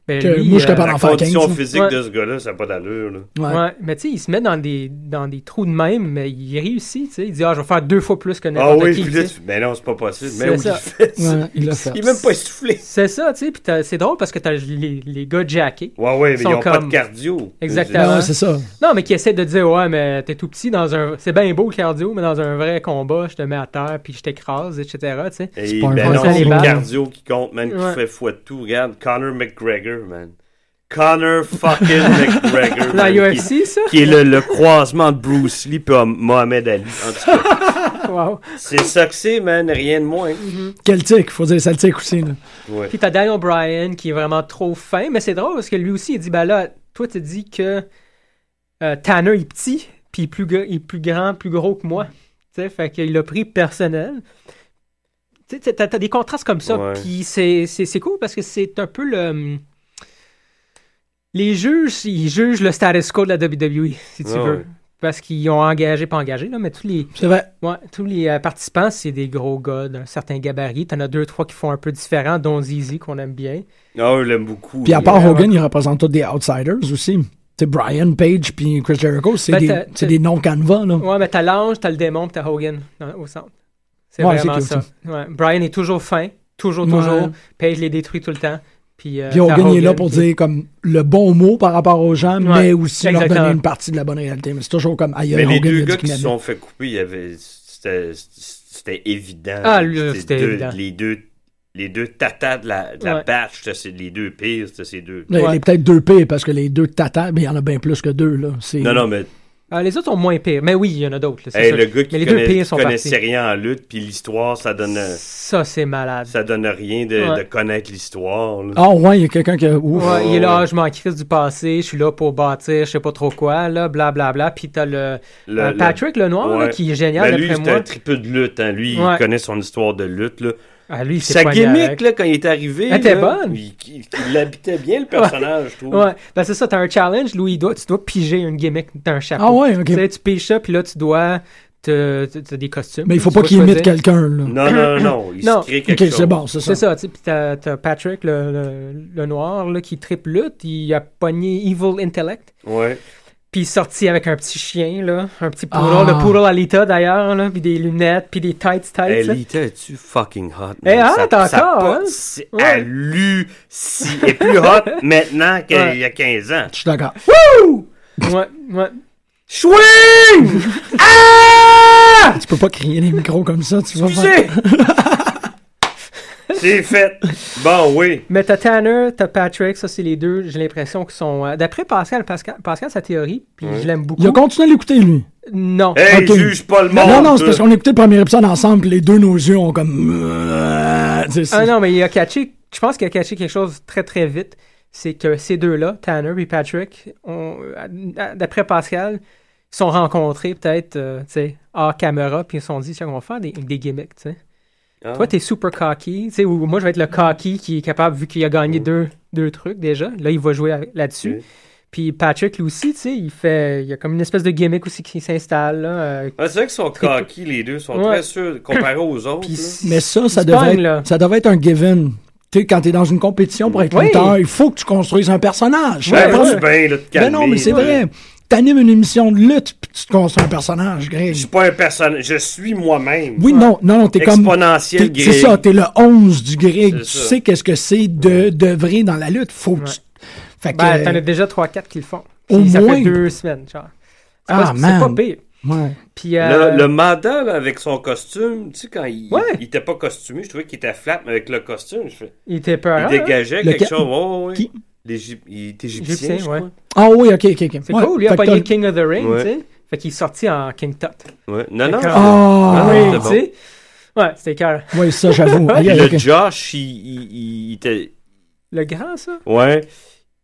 Mm-hmm. Que moi, je suis capable
La
d'en faire
condition
15, là.
physique
Ouais.
de ce gars-là, ça n'a pas d'allure, là.
Ouais.
Ouais, mais tu sais, il se met dans des, dans des trous de même, mais il réussit, tu sais. Il dit, ah, je vais faire deux fois plus que
Ah
n'importe
oui,
qui.
puis
tu
là,
sais.
tu- mais non, c'est pas possible.
C'est
Mais oui, il
ça.
fait ça.
Ouais, il l'a fait.
Il est même pas essoufflé.
C'est ça, tu sais. Puis t'as- c'est drôle parce que t'as les, les gars jackés.
Ouais, ouais, mais
Ils
ils
sont
ont pas
comme-
de cardio.
Exactement.
Ouais, c'est ça.
Non, mais qui essaie de dire, ouais, mais t'es tout petit dans un. C'est bien beau le cardio, mais dans un vrai combat, je te mets à terre, puis je t'écrase, etc., tu sais.
Et
pas un
ben
vrai
non,
combat.
c'est le
Ouais.
cardio qui compte, man, qui
Ouais.
fait foi de tout. Regarde, Conor McGregor, man. Conor fucking McGregor.
Dans
man, qui,
UFC, ça?
qui est le, le croisement de Bruce Lee et Mohamed Ali. En tout cas,
Wow.
c'est ça que c'est, man, rien de moins.
Quel tic, faut dire, ça le tic aussi. Là.
Ouais.
Puis t'as Daniel Bryan qui est vraiment trop fin, mais c'est drôle parce que lui aussi, il dit, ben là, toi, tu dis que euh, Tanner est petit, puis il est plus, gr- il est plus grand, plus gros que
Mm.
moi. Tu sais, fait qu'il l'a pris personnel. Tu sais, t'as- t'as t'as des contrastes comme ça,
Ouais.
puis c'est- c'est c'est cool parce que c'est un peu le. hum, Les juges, ils jugent le status quo de la WWE, si tu
Ouais,
veux.
Ah ouais.
Parce qu'ils ont engagé, pas engagé, là, mais tous les,
C'est vrai.
Ouais, tous les euh, participants, c'est des gros gars d'un certain gabarit. T'en as deux, trois qui font un peu différent, dont Zizi, qu'on aime bien.
Non, je Ah, l'aime beaucoup.
Puis à
lui.
part Hogan, il représente tous des outsiders aussi. C'est Brian Page puis Chris Jericho, c'est
Ben,
des,
t'as-
c'est
t'as-
des noms canevas. Là.
Ouais, mais t'as l'ange, t'as le démon, puis t'as Hogan dans- au centre. C'est
Ouais,
vraiment
c'est cool,
ça. Ouais. Brian est toujours fin, toujours, toujours.
Ouais.
Page les détruit tout le temps. Puis, euh,
Puis
t'as
Hogan, il est là pour
puis-
dire comme le bon mot par rapport aux gens, mais
Ouais,
aussi leur
exactement.
donner une partie de la bonne réalité. Mais c'est toujours comme aïe,
Mais
aïe,
les
Hogan, il
deux
a dit
gars qui
qu'il
se
m'aimait.
sont fait couper, il y avait. C'était c'était évident.
Ah, lui, c'était
deux-
évident.
Les deux, les deux tatas de la, de la
Ouais.
batch, c'était ces- les deux pires, c'était ces deux.
Là, Il
Ouais.
est peut-être deux pires parce que les deux tatas, mais il y en a bien plus que deux. Là. C'est-
Non, non, mais
Ah, les autres sont moins pires. Mais oui, il y en a d'autres. là, c'est
Hey,
sûr.
le gars qui,
mais les
connaît-
deux pires
qui
sont
connaissait
partis.
rien en lutte, puis l'histoire, ça donne,
Ça, c'est malade.
ça donne rien de,
Ouais.
de connaître l'histoire. là.
Ah ouais, il y a quelqu'un qui a. Ouf.
Ouais, il est
ouais,
là,
ouais.
Ah, je m'en crisse du passé, je suis là pour bâtir, je sais pas trop quoi, là, blablabla. Puis t'as le,
Le-
euh,
le-
Patrick le noir, là,
Ouais.
qui est génial,
Ben, lui,
d'après
c'était
moi.
un triple de lutte. hein. Lui,
Ouais.
il connaît son histoire de lutte. Là.
Ah, lui, il s'est
Sa
poigné avec.
gimmick, là, quand il est arrivé,
Elle était
là,
bonne.
Il, il- il habitait bien le personnage, je trouve.
Ouais, ben c'est ça, t'as un challenge, Louis, il doit- tu dois piger une gimmick d'un chapeau.
Ah ouais, ok.
Tu sais, tu piges ça, puis là, tu dois. te- te- T'as des costumes.
Mais il faut
tu
pas
dois
qu'il imite
choisir.
quelqu'un. là.
Non, non, non, il
Non.
se crée
Ok,
quelque chose.
c'est bon, c'est ça.
C'est ça, tu sais, puis t'as t'as Patrick, le, le, le noir, là, qui triple lutte, il a pogné Evil Intellect,
Ouais.
puis il est sorti avec un petit chien, là, un petit poodle,
Ah.
le poodle Alita d'ailleurs, là, puis des lunettes, puis des tights, tights.
Hey,
là.
Lita, es-tu fucking hot?
Eh,
man?
hot
Ça- ça
encore,
pas-
hein?
C'est
Ouais.
hallucinant. Elle est plus hot maintenant qu'il
Ouais.
y a 15 ans.
Je suis d'accord.
Ouais, ouais.
Swing!
Ah!
Tu peux pas crier les micros comme ça, tu vas faire-
Excusez! C'est fait. Bon, oui.
Mais t'as Tanner, t'as Patrick, ça c'est les deux, j'ai l'impression qu'ils sont. euh, D'après Pascal, Pascal, Pascal, sa théorie, puis je l'aime beaucoup.
Il a continué à l'écouter, lui.
Non.
Hey,
Ok.
juge pas le monde.
Non, non, c'est
toi.
parce qu'on écoutait le premier épisode ensemble, puis les deux, nos yeux ont comme. C'est- c'est-
Ah non, mais il a catché, je pense qu'il a catché quelque chose très très vite. C'est que ces deux-là, Tanner et Patrick, ont- à- d'après Pascal, ils sont rencontrés peut-être, euh, tu sais, hors caméra, puis ils se sont dit, tiens, on va faire des, des gimmicks, tu sais.
Ah.
Toi, t'es super cocky, tu sais, ou moi, je vais être le cocky qui est capable, vu qu'il a gagné deux, deux trucs déjà. Là, il va jouer avec- là-dessus.
Mm. Ok.
Puis Patrick, lui aussi, tu sais, il fait. Il y a comme une espèce de gimmick aussi qui s'installe. là, euh,
Ah, c'est vrai qu'ils sont coquilles, les deux. Ils sont
Ouais.
très sûrs, comparés aux autres.
puis
là.
s-
Mais ça, ça
il se
devait,
pogne,
être,
là.
ça devait être un given. Tu sais, quand t'es dans une compétition pour être
Oui.
lutteur, il faut que tu construises un personnage.
Ben,
Ouais.
vas-tu bien, là, te
Ben non,
calmer,
mais c'est
là.
vrai. T'animes une émission de lutte, puis tu te construis un personnage,
Je suis
Greg.
pas un personnage. Je suis moi-même.
Oui, non, non, non, t'es comme...
Exponentiel,
t'es-
Greg.
C'est ça, t'es le 11 du Greg.
C'est
Tu
ça.
sais qu'est-ce que c'est de, de vrai dans la lutte. Faut que tu... Fait que... euh,
Ben, t'en as déjà 3-4 qui le font.
Au
Puis ça
moins.
fait deux semaines, genre. C'est
Ah,
pas, c'est pas
man.
pire.
ouais.
Puis, euh,
Le, le Mada, là, avec son costume, tu sais, quand il,
Ouais.
il était pas costumé, je trouvais qu'il était flat, mais avec le costume, je fais-
il était hein.
il
peur.
dégageait
Le
quelque
ca-
chose. Ouais, ouais, ouais.
Qui?
L'Égyp- Il est égyptien,
Égyptien,
je
ouais.
crois.
Ah oui, ok, ok, ok.
C'est
Ouais.
cool, il a
Fait que
pogné
t'as-
King of the Ring,
Ouais.
tu sais. Fait qu'il est sorti en King Tut.
Ouais. Non, non.
Fait que-
Ah,
Ah,
oui.
c'est
tu sais. Ouais, c'était cœur.
Oui, ça, j'avoue. Aïe, aïe,
Le
ok.
Josh, il, il- il- il était.
Le grand, ça.
Ouais.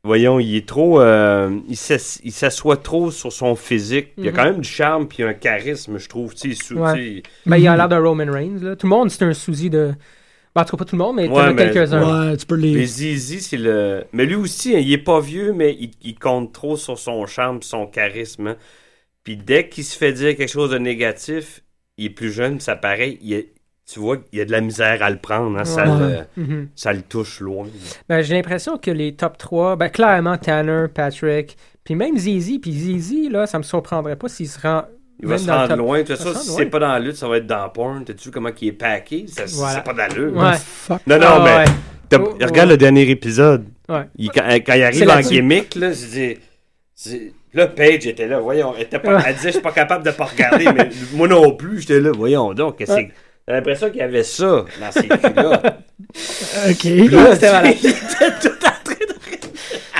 Voyons, il est trop. euh, il s'ass- il s'assoit trop sur son physique. Il y a
Mhm.
quand même du charme puis un charisme, je trouve. Tu sais, il sou-
Ouais.
tu sais,
Ben, il a l'air de Roman Reigns, là. Tout le monde, c'est un souci de. Ben, en tout cas, pas tout le monde, mais t'en
Ouais,
as
mais-
quelques-uns.
Ouais, tu peux les...
Mais Zizi, c'est le. Mais lui aussi, hein, il est pas vieux, mais il, il compte trop sur son charme, puis son charisme. hein. Puis dès qu'il se fait dire quelque chose de négatif, il est plus jeune, ça paraît. Il est- Tu vois, il a de la misère à le prendre. hein, Ça,
Ouais.
le...
Mhm.
ça le touche loin.
Ben, j'ai l'impression que les top 3, ben, clairement, Tanner, Patrick, puis même Zizi. Puis Zizi, là, ça me surprendrait pas s'il se rend.
Il va
même
se
dans le
rendre
top-
loin. Tout
Ça
ça,
se
si
rend
c'est
loin.
pas dans la lutte, ça va être dans le porn. T'as-tu vu comment il est packé? Ça,
Voilà.
C'est pas d'allure.
Ouais.
Fuck.
Non, non,
Ah,
mais.
ouais.
t'as-
Oh,
Regarde
ouais.
le dernier épisode.
Ouais.
Il- quand, quand il
C'est
arrive en
là-dessus.
gimmick, là, je dis. c'est- Là, Paige était là, voyons, elle, était pas, elle disait, je suis pas capable de pas regarder, mais moi non plus, j'étais là, voyons donc, qu'est-ce que c'est. J'ai l'impression qu'il y avait ça dans ces filles-là.
Ok.
Ouais, c'était malade.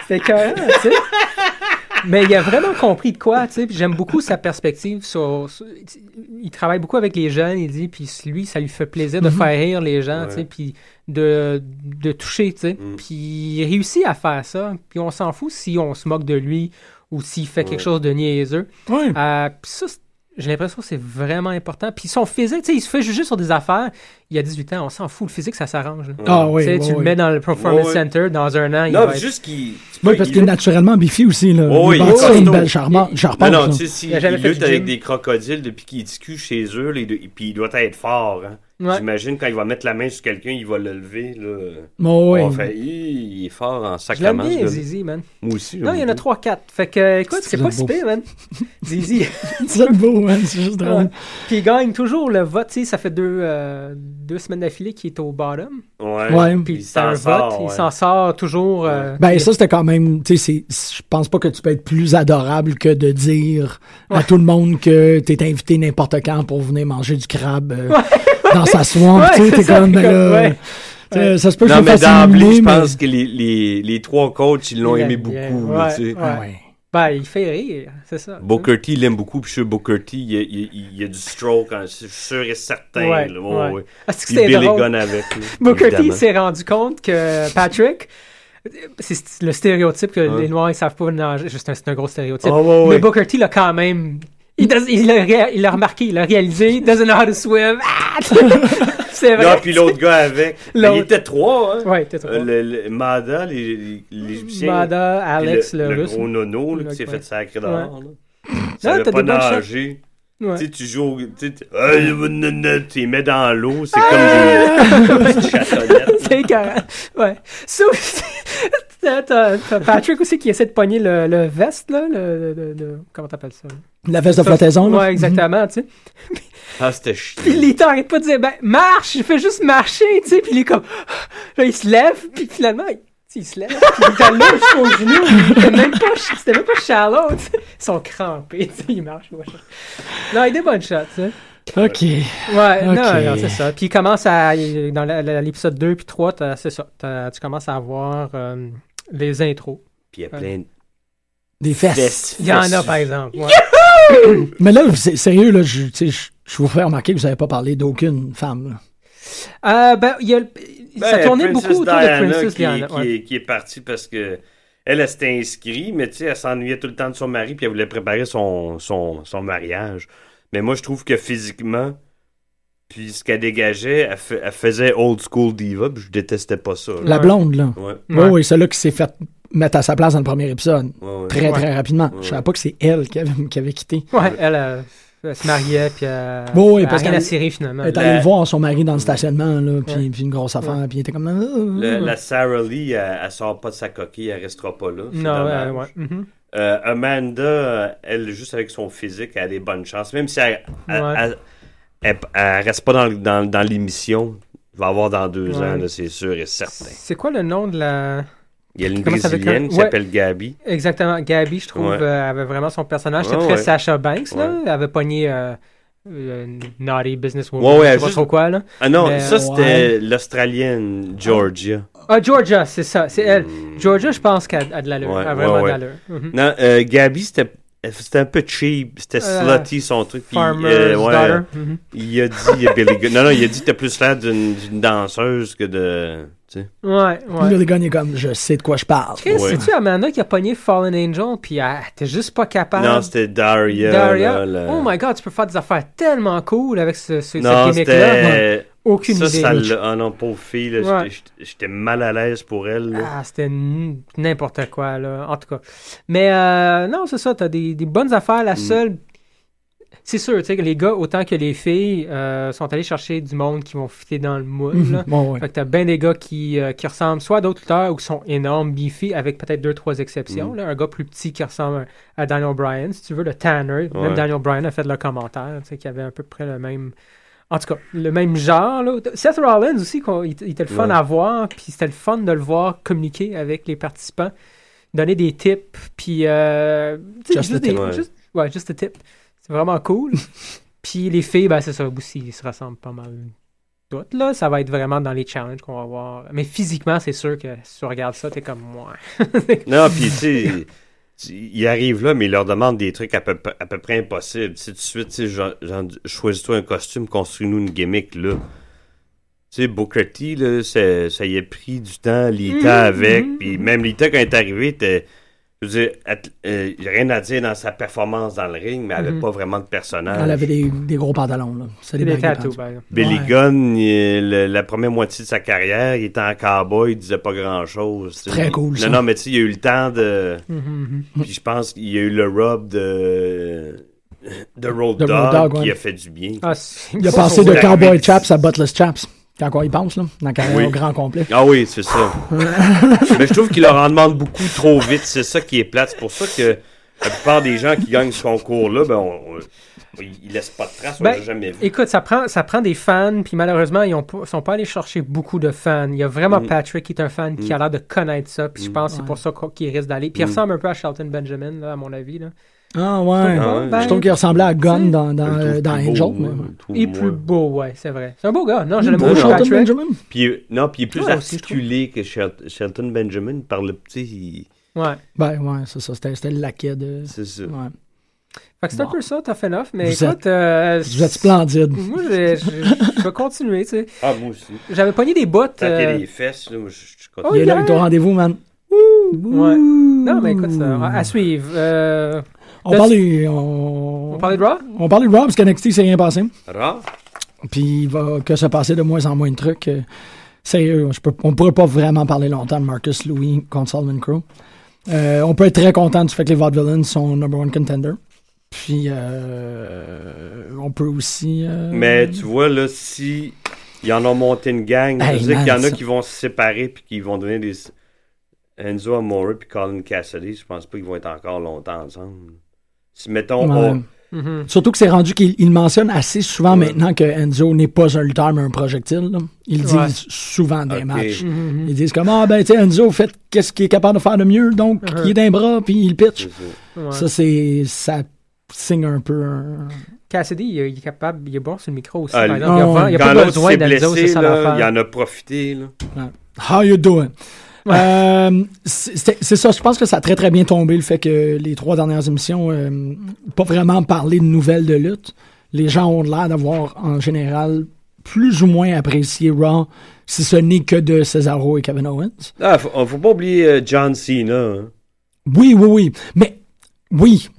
C'était cohérent, tu sais. Mais il a vraiment compris de quoi, tu sais. Puis j'aime beaucoup sa perspective sur, sur- Il travaille beaucoup avec les jeunes, il dit. Puis lui, ça lui fait plaisir de faire rire les gens, tu sais. Puis de, de toucher, tu sais. Puis il réussit à faire ça. Puis on s'en fout si on se moque de lui ou s'il fait quelque chose de niaiseux.
Ouais.
Euh, puis ça, c'est- j'ai l'impression que c'est vraiment important. Puis son physique, tu sais, il se fait juger sur des affaires. Il y a 18 ans, on s'en fout. Le physique, ça s'arrange. là.
Ah oui,
Tu sais,
oui,
tu le
oui.
mets dans le Performance
Ouais, ouais.
Center, dans un an, il
non,
va
mais
être-
juste qu'il.
Oui, parce
il-
qu'il est naturellement biffé aussi, là.
Oh,
il
il
bâtit
est
ça, une
costaud.
belle charmante. J'en
Non,
reparle,
non,
ça.
tu sais, s'il
Il a jamais fait
lutte
du
avec
gym.
des crocodiles depuis qu'il discute chez eux, les deux- et puis il doit être fort. Hein.
Ouais.
J'imagine quand il va mettre la main sur quelqu'un, il va le lever. Là.
Oh, oui.
On fait, Hi, il est fort en
Je l'aime
sacrament.
bien,
ce gars-là.
Zizi, man.
Moi aussi.
Non, il y en a 3-4. Fait que, euh, écoute, c'est
C'est
pas
beau.
si pire, man. Zizi.
C'est beau, hein, c'est juste drôle.
Ouais. Puis il gagne toujours le vote. Tu sais, ça fait deux, euh, deux semaines d'affilée qu'il est au bottom.
Ouais.
Ouais.
Puis
Il
c'est un
s'en sort,
vote. Il
ouais.
s'en sort toujours. euh,
Ben, ça, c'était quand même, tu sais, c'est- je pense pas que tu peux être plus adorable que de dire à tout le monde que t'es invité n'importe quand pour venir manger du crabe euh, dans sa swamp,
Ouais,
tu sais,
c'est
t'es
ça,
comme, ben
comme,
là,
ouais.
tu sais, ça se peut que
Non,
je me
mais
fasse
d'emblée, je
éliminer, mais-
pense que les, les, les trois coachs, ils l'ont
Il
aimé
l'aime bien.
beaucoup. là,
Ouais,
tu sais.
ouais.
Ah ouais.
Ben, il fait rire, c'est ça.
Booker T, il l'aime beaucoup. Puis je suis sûr, Booker T, il y a, il y a- il y a du stroke, hein, je suis sûr et certain.
Ouais,
là, ouais,
ouais.
ouais.
Ah, c'est que
Puis
c'était
Billy
drôle.
Gunn avec. là,
Booker T il
évidemment.
s'est rendu compte que Patrick, c'est le stéréotype que
Ouais.
les Noirs ils savent pas nager. Juste un- C'est un gros stéréotype.
Ah, ouais, ouais.
Mais Booker T l'a quand même. Il, does- il l'a ré- il l'a remarqué, il l'a réalisé. He doesn't know how to swim. Ah! c'est vrai.
Non, puis l'autre gars avec. Mais
L'autre.
il était trois, hein?
Ouais, t'es trop
Euh,
fort.
le, le- Mada, les- les- l'Égyptien.
Mada,
puis
Alex, le,
le,
russe.
gros nono là,
Le-
qui s'est
ouais.
fait sacré dehors. là.
Non,
Ça veut
t'as
pas
des bonnes shots.
nager.
Ouais.
Tu sais, tu joues. au- Tu sais, tu- Ah, il va- nan, nan, tu les mets dans l'eau, c'est comme des petites chatonnettes.
Ah! C'est écœurant. Ouais. Ça aussi, t'as- T'as t'as Patrick aussi qui essaie de pogner le, le veste, là. Le, le- le- comment t'appelles ça? là?
La veste de flottaison, là.
Ouais, exactement, tu sais.
Ah, c'était
Puis
chiant.
Lita arrête pas de dire, ben, marche, je fais juste marcher, tu sais. Puis il est comme, là, il se lève, puis finalement, il, tu sais, il se lève. Puis il est là jusqu'au genou. C'était même pas, c'était même pas shallow, tu sais. Ils sont crampés, tu sais, ils marchent. ils marchent. Non, il est des bonnes shots, tu sais.
Ok.
Ouais,
Ok.
non, non, c'est ça. Puis il commence à. Dans la- la- l'épisode 2 puis 3, t'as- c'est ça. t'as- tu commences à avoir euh, les intros.
Puis il y a plein de.
Des fesses.
Il y en a, par exemple. ouais.
Mais là, c'est- sérieux, là, je, tu sais, je, je vous fais remarquer que vous avez pas parlé d'aucune femme, là.
Euh, ben, il y a, le- ça
Ben,
tournait
Princess
beaucoup autour
Diana
de Princess
qui,
Diana.
qui
ouais.
est, qui est partie parce que. Elle, elle s'était inscrite, mais tu sais, elle s'ennuyait tout le temps de son mari, puis elle voulait préparer son, son, son mariage. Mais moi, je trouve que physiquement, puis ce qu'elle dégageait, elle, fa- elle faisait old school diva, puis je détestais pas ça. là.
La blonde, là.
Mm.
Ouais.
Oui, oui, celle-là qui s'est faite mettre à sa place dans le premier épisode.
Ouais, ouais.
Très, très rapidement. Je savais pas que c'est elle qui avait, qui avait quitté.
Ouais, elle, euh, elle se mariait, puis euh,
Bon, oui,
elle a
parce
rien
qu'elle-
serré finalement.
Elle est
là.
allée le voir, son mari, dans le stationnement, là, puis, puis une grosse affaire, puis il était comme...
Le- la Sarah Lee, elle, elle sort pas de sa coquille, elle restera pas là. c'est
Non, ouais,
dommage.
ouais. mhm.
Euh, Amanda, euh, elle, juste avec son physique, elle a des bonnes chances. Même si elle, elle,
Ouais.
elle- elle- elle reste pas dans, le- dans, dans l'émission, elle va avoir dans deux
Ouais.
ans, là, c'est sûr et certain.
C'est quoi le nom de la.
Il y a une
Comment ça s'appelle
Brésilienne qui
quand- ouais.
s'appelle Gabi.
Exactement, Gabi, je trouve,
Ouais.
euh, avait vraiment son personnage. C'était
Ouais,
très
ouais.
Sacha Banks, là.
Ouais.
Elle avait pogné euh, euh, Naughty Businesswoman,
Ouais, ouais,
je sais pas
juste-
trop quoi, là.
Ah non,
Mais,
ça
euh,
c'était l'Australienne Georgia.
Ah, Georgia, c'est ça, c'est elle. Georgia, je pense qu'elle a de l'allure.
Hmm. Ouais,
elle a vraiment
ouais, ouais.
de l'allure. Mhm.
Non, euh, Gabi, c'était c'était un peu cheap, c'était
Euh,
slutty son truc. puis,
Farmer's
euh, ouais,
Daughter. Mhm.
Il a dit à Billy Gunn. Non, non, il a dit t'as plus l'air d'une d'une danseuse que de. Tu sais.
Ouais,
Là,
ouais.
le gars, il est comme, je sais de quoi je parle.
Chris,
Ouais.
c'est-tu Amanda qui a pogné Fallen Angel, puis elle était juste pas capable.
Non, c'était Daria.
Ben,
là,
Daria,
la-
oh my god, tu peux faire des affaires tellement cool avec ce, ce, ce
Non,
gimmick-là. Non,
c'était.
Aucune
ça,
idée.
ça l'a- Ah non, pauvre fille, là,
Ouais.
j'étais- j'étais mal à l'aise pour elle. là.
Ah, c'était n- n'importe quoi, là. En tout cas. Mais euh, non, c'est ça, t'as des, des bonnes affaires.
Mm.
La seule. C'est sûr, tu sais, que les gars, autant que les filles, euh, sont allés chercher du monde qui vont fitter dans le moule, là.
Bon, Mhm. ouais.
Fait que t'as bien des gars qui, euh, qui ressemblent soit à d'autres lutteurs ou qui sont énormes, beefy, avec peut-être deux, trois
Mm.
exceptions. là. Un gars plus petit qui ressemble à Daniel Bryan, si tu veux, le Tanner. Même
Ouais.
Daniel Bryan a fait le commentaire, tu sais, qui avait à peu près le même. En tout cas, le même genre. là. Seth Rollins aussi, qu'on- il, il était le fun
Ouais.
à voir, puis c'était le fun de le voir communiquer avec les participants, donner des tips, puis. euh, tu sais,
Just
juste
a
des-
tip. Ouais.
juste- ouais, juste des tips. C'est vraiment cool. Puis les filles, ben c'est ça aussi, ils se ressemblent pas mal toutes, là. Ça va être vraiment dans les challenges qu'on va voir. Mais physiquement, c'est sûr que si tu regardes ça, t'es comme moi.
Non, puis tu sais, tu- ils arrivent là, mais ils leur demandent des trucs à peu, à peu près impossibles. Tu sais, tout de suite, tu sais, genre- genre, choisis-toi un costume, construis-nous une gimmick, là. Tu sais, Booker T, là, ça, ça y a pris du temps,
Mhm,
Lita avec, puis même Lita, quand elle est arrivée, était- Je veux dire, elle t- euh, y a rien à dire dans sa performance dans le ring, mais elle
Mhm.
avait pas vraiment de personnage.
Elle avait des, des gros pantalons, là. C'est des
Les
baguettes,
tattoos,
hein.
par exemple.
Billy
Ouais.
Gunn, il- le- la première moitié de sa carrière, il était en cowboy, il disait pas grand chose.
Très cool,
Non,
ça. Mm-hmm,
non, mais tu sais, il a eu le temps de. Puis je pense qu'il y a eu le rub de. de Road
De Road
Dog,
Dogg,
qui
ouais.
a fait du bien.
Ah, c'est-
Il a
ça,
passé
c'est-
de
arrivé.
Cowboy Chaps à Buttless Chaps. Quand quoi il pense, là, dans la carrière
Oui.
au grand complet.
Ah oui, c'est ça. mais je trouve qu'il leur en demande beaucoup trop vite. C'est ça qui est plate. C'est pour ça que la plupart des gens qui gagnent ce concours-là, ben, on- on- ils laissent pas de traces. on
Ben,
l'a jamais vu.
Écoute, ça prend, ça prend des fans, puis malheureusement, ils ne sont pas allés chercher beaucoup de fans. Il y a vraiment
Mm.
Patrick qui est un fan qui a l'air de connaître ça, puis je pense que c'est pour ça qu'on- qu'il risque d'aller.
Mm.
Puis il ressemble un peu à Shelton Benjamin, là, à mon avis. Là.
Ah, ouais.
Ah ouais.
Je trouve qu'il ressemblait à Gunn dans, dans,
Je le
euh,
trouve
dans
plus
Angel.
beau,
mais-
moi, je le trouve
Il est plus
moins-
beau, ouais, c'est vrai. C'est un beau gars. Non, je l'aime
Mm. Beau
beaucoup,
Shelton
Patrick.
Benjamin.
Puis, euh, non, puis il est plus
Ouais, aussi, je trouve.
articulé que Shel- Shelton Benjamin par le petit.
Ouais.
Ben, ouais, c'est ça. C'était c'était le laquais de.
C'est ça.
Ouais.
Fait que c'est un
Bon.
peu ça, tough enough, mais
Vous
écoute. euh,
Vous êtes splendide.
Moi, je- je je vais continuer, tu sais.
Ah, moi aussi.
J'avais pogné des bottes.
Tant qu'il y a
euh,
les fesses, là, moi, je je suis content.
Oh,
Il est là
yeah.
avec ton rendez-vous, man.
ouais. Non, mais écoute, ça, à- à suivre. Euh,
On
Là,
parle,
tu-
du-
on
on...
parlait de Raw?
on parlait de Raw parce que NXT, c'est rien passé.
Rare.
Mm-hmm. Puis il va que se passer de moins en moins de trucs. euh, Sérieux, je peux, on pourrait pas vraiment parler longtemps de Marcus Louis contre Solomon Crow. Euh, on peut être très content du fait que les Vaudevillains sont number one contender. Puis euh, on peut aussi. euh,
Mais tu vois, là, si ils en ont monté une gang,
Hey,
je veux dire
man,
qu'il y en a
ça-
qui vont se séparer puis qui vont donner des. Enzo Amore puis Colin Cassidy, je pense pas qu'ils vont être encore longtemps ensemble. Si, mettons,
Ouais.
on-
Surtout que c'est rendu qu'il il mentionne assez souvent maintenant que Enzo n'est pas un lutteur mais un projectile. là. Ils le disent
Ouais.
souvent des
Ok.
matchs. Ils disent comme ah ben tu sais Enzo fait qu'est-ce qu'il est capable de faire de mieux donc il est d'un bras puis il pitch. Ça c'est ça signe un peu un,
Cassidy, il est, il est capable, il est bon sur le micro aussi.
Ah,
par
lui-
exemple. Il a
Ah,
pas-
ouais.
il a
quand
pas
l'autre
besoin
s'est
d'Enzo, c'est
blessé,
ça
là, il
l'affaire.
en a profité. Là.
How you doing? Euh, c'est c'est ça, je pense que ça a très très bien tombé le fait que les trois dernières émissions, euh, pas vraiment parlé de nouvelles de lutte. Les gens ont l'air d'avoir en général plus ou moins apprécié Raw si ce n'est que de Cesaro et Kevin Owens.
Ah, faut, faut pas oublier euh, John Cena. hein.
Oui, oui, oui. Mais oui,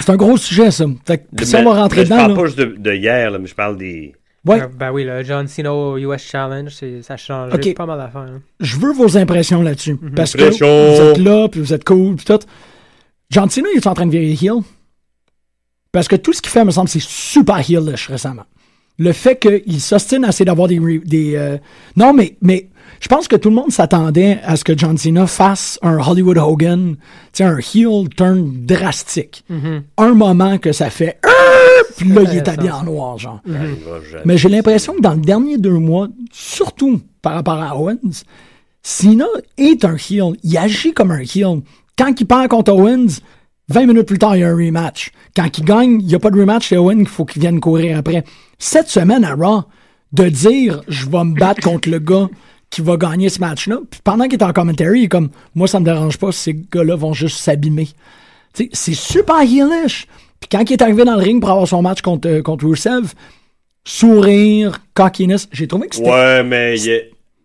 c'est un gros sujet ça. Fait que, si on
Mais-
va rentrer
mais Je
dedans,
parle
là,
pas juste de, de hier, là, mais je parle des.
Ouais.
Euh, ben oui, le John Cena au US Challenge, c'est- ça change
Ok.
pas mal d'affaires. hein.
je veux vos impressions là-dessus. Parce que
Mhm. Impression.
vous êtes là, puis vous êtes cool, puis tout. John Cena, il est en train de virer heel. Parce que tout ce qu'il fait, me semble, c'est super heelish récemment. Le fait qu'il s'ostine à essayer d'avoir des. re- des euh, Non, mais, mais je pense que tout le monde s'attendait à ce que John Cena fasse un Hollywood Hogan, tu sais, un heel turn drastique.
Mhm.
Un moment que ça fait. Ah Puis là, il est habillé en noir, genre.
Il va jamais-
Mais j'ai l'impression que dans le dernier deux mois, surtout par rapport à Owens, Cena est un heel. Il agit comme un heel. Quand il perd contre Owens, 20 minutes plus tard, il y a un rematch. Quand il gagne, il n'y a pas de rematch, c'est Owens qu'il faut qu'il vienne courir après. Cette semaine à Raw, de dire je vais me battre contre le gars qui va gagner ce match-là, puis pendant qu'il est en commentary, il est comme moi ça me dérange pas, ces gars-là vont juste s'abîmer. Tu sais, C'est super heelish. Puis quand il est arrivé dans le ring pour avoir son match contre, euh, contre Rusev, sourire, cockiness. J'ai trouvé que c'était
Ouais, mais il a,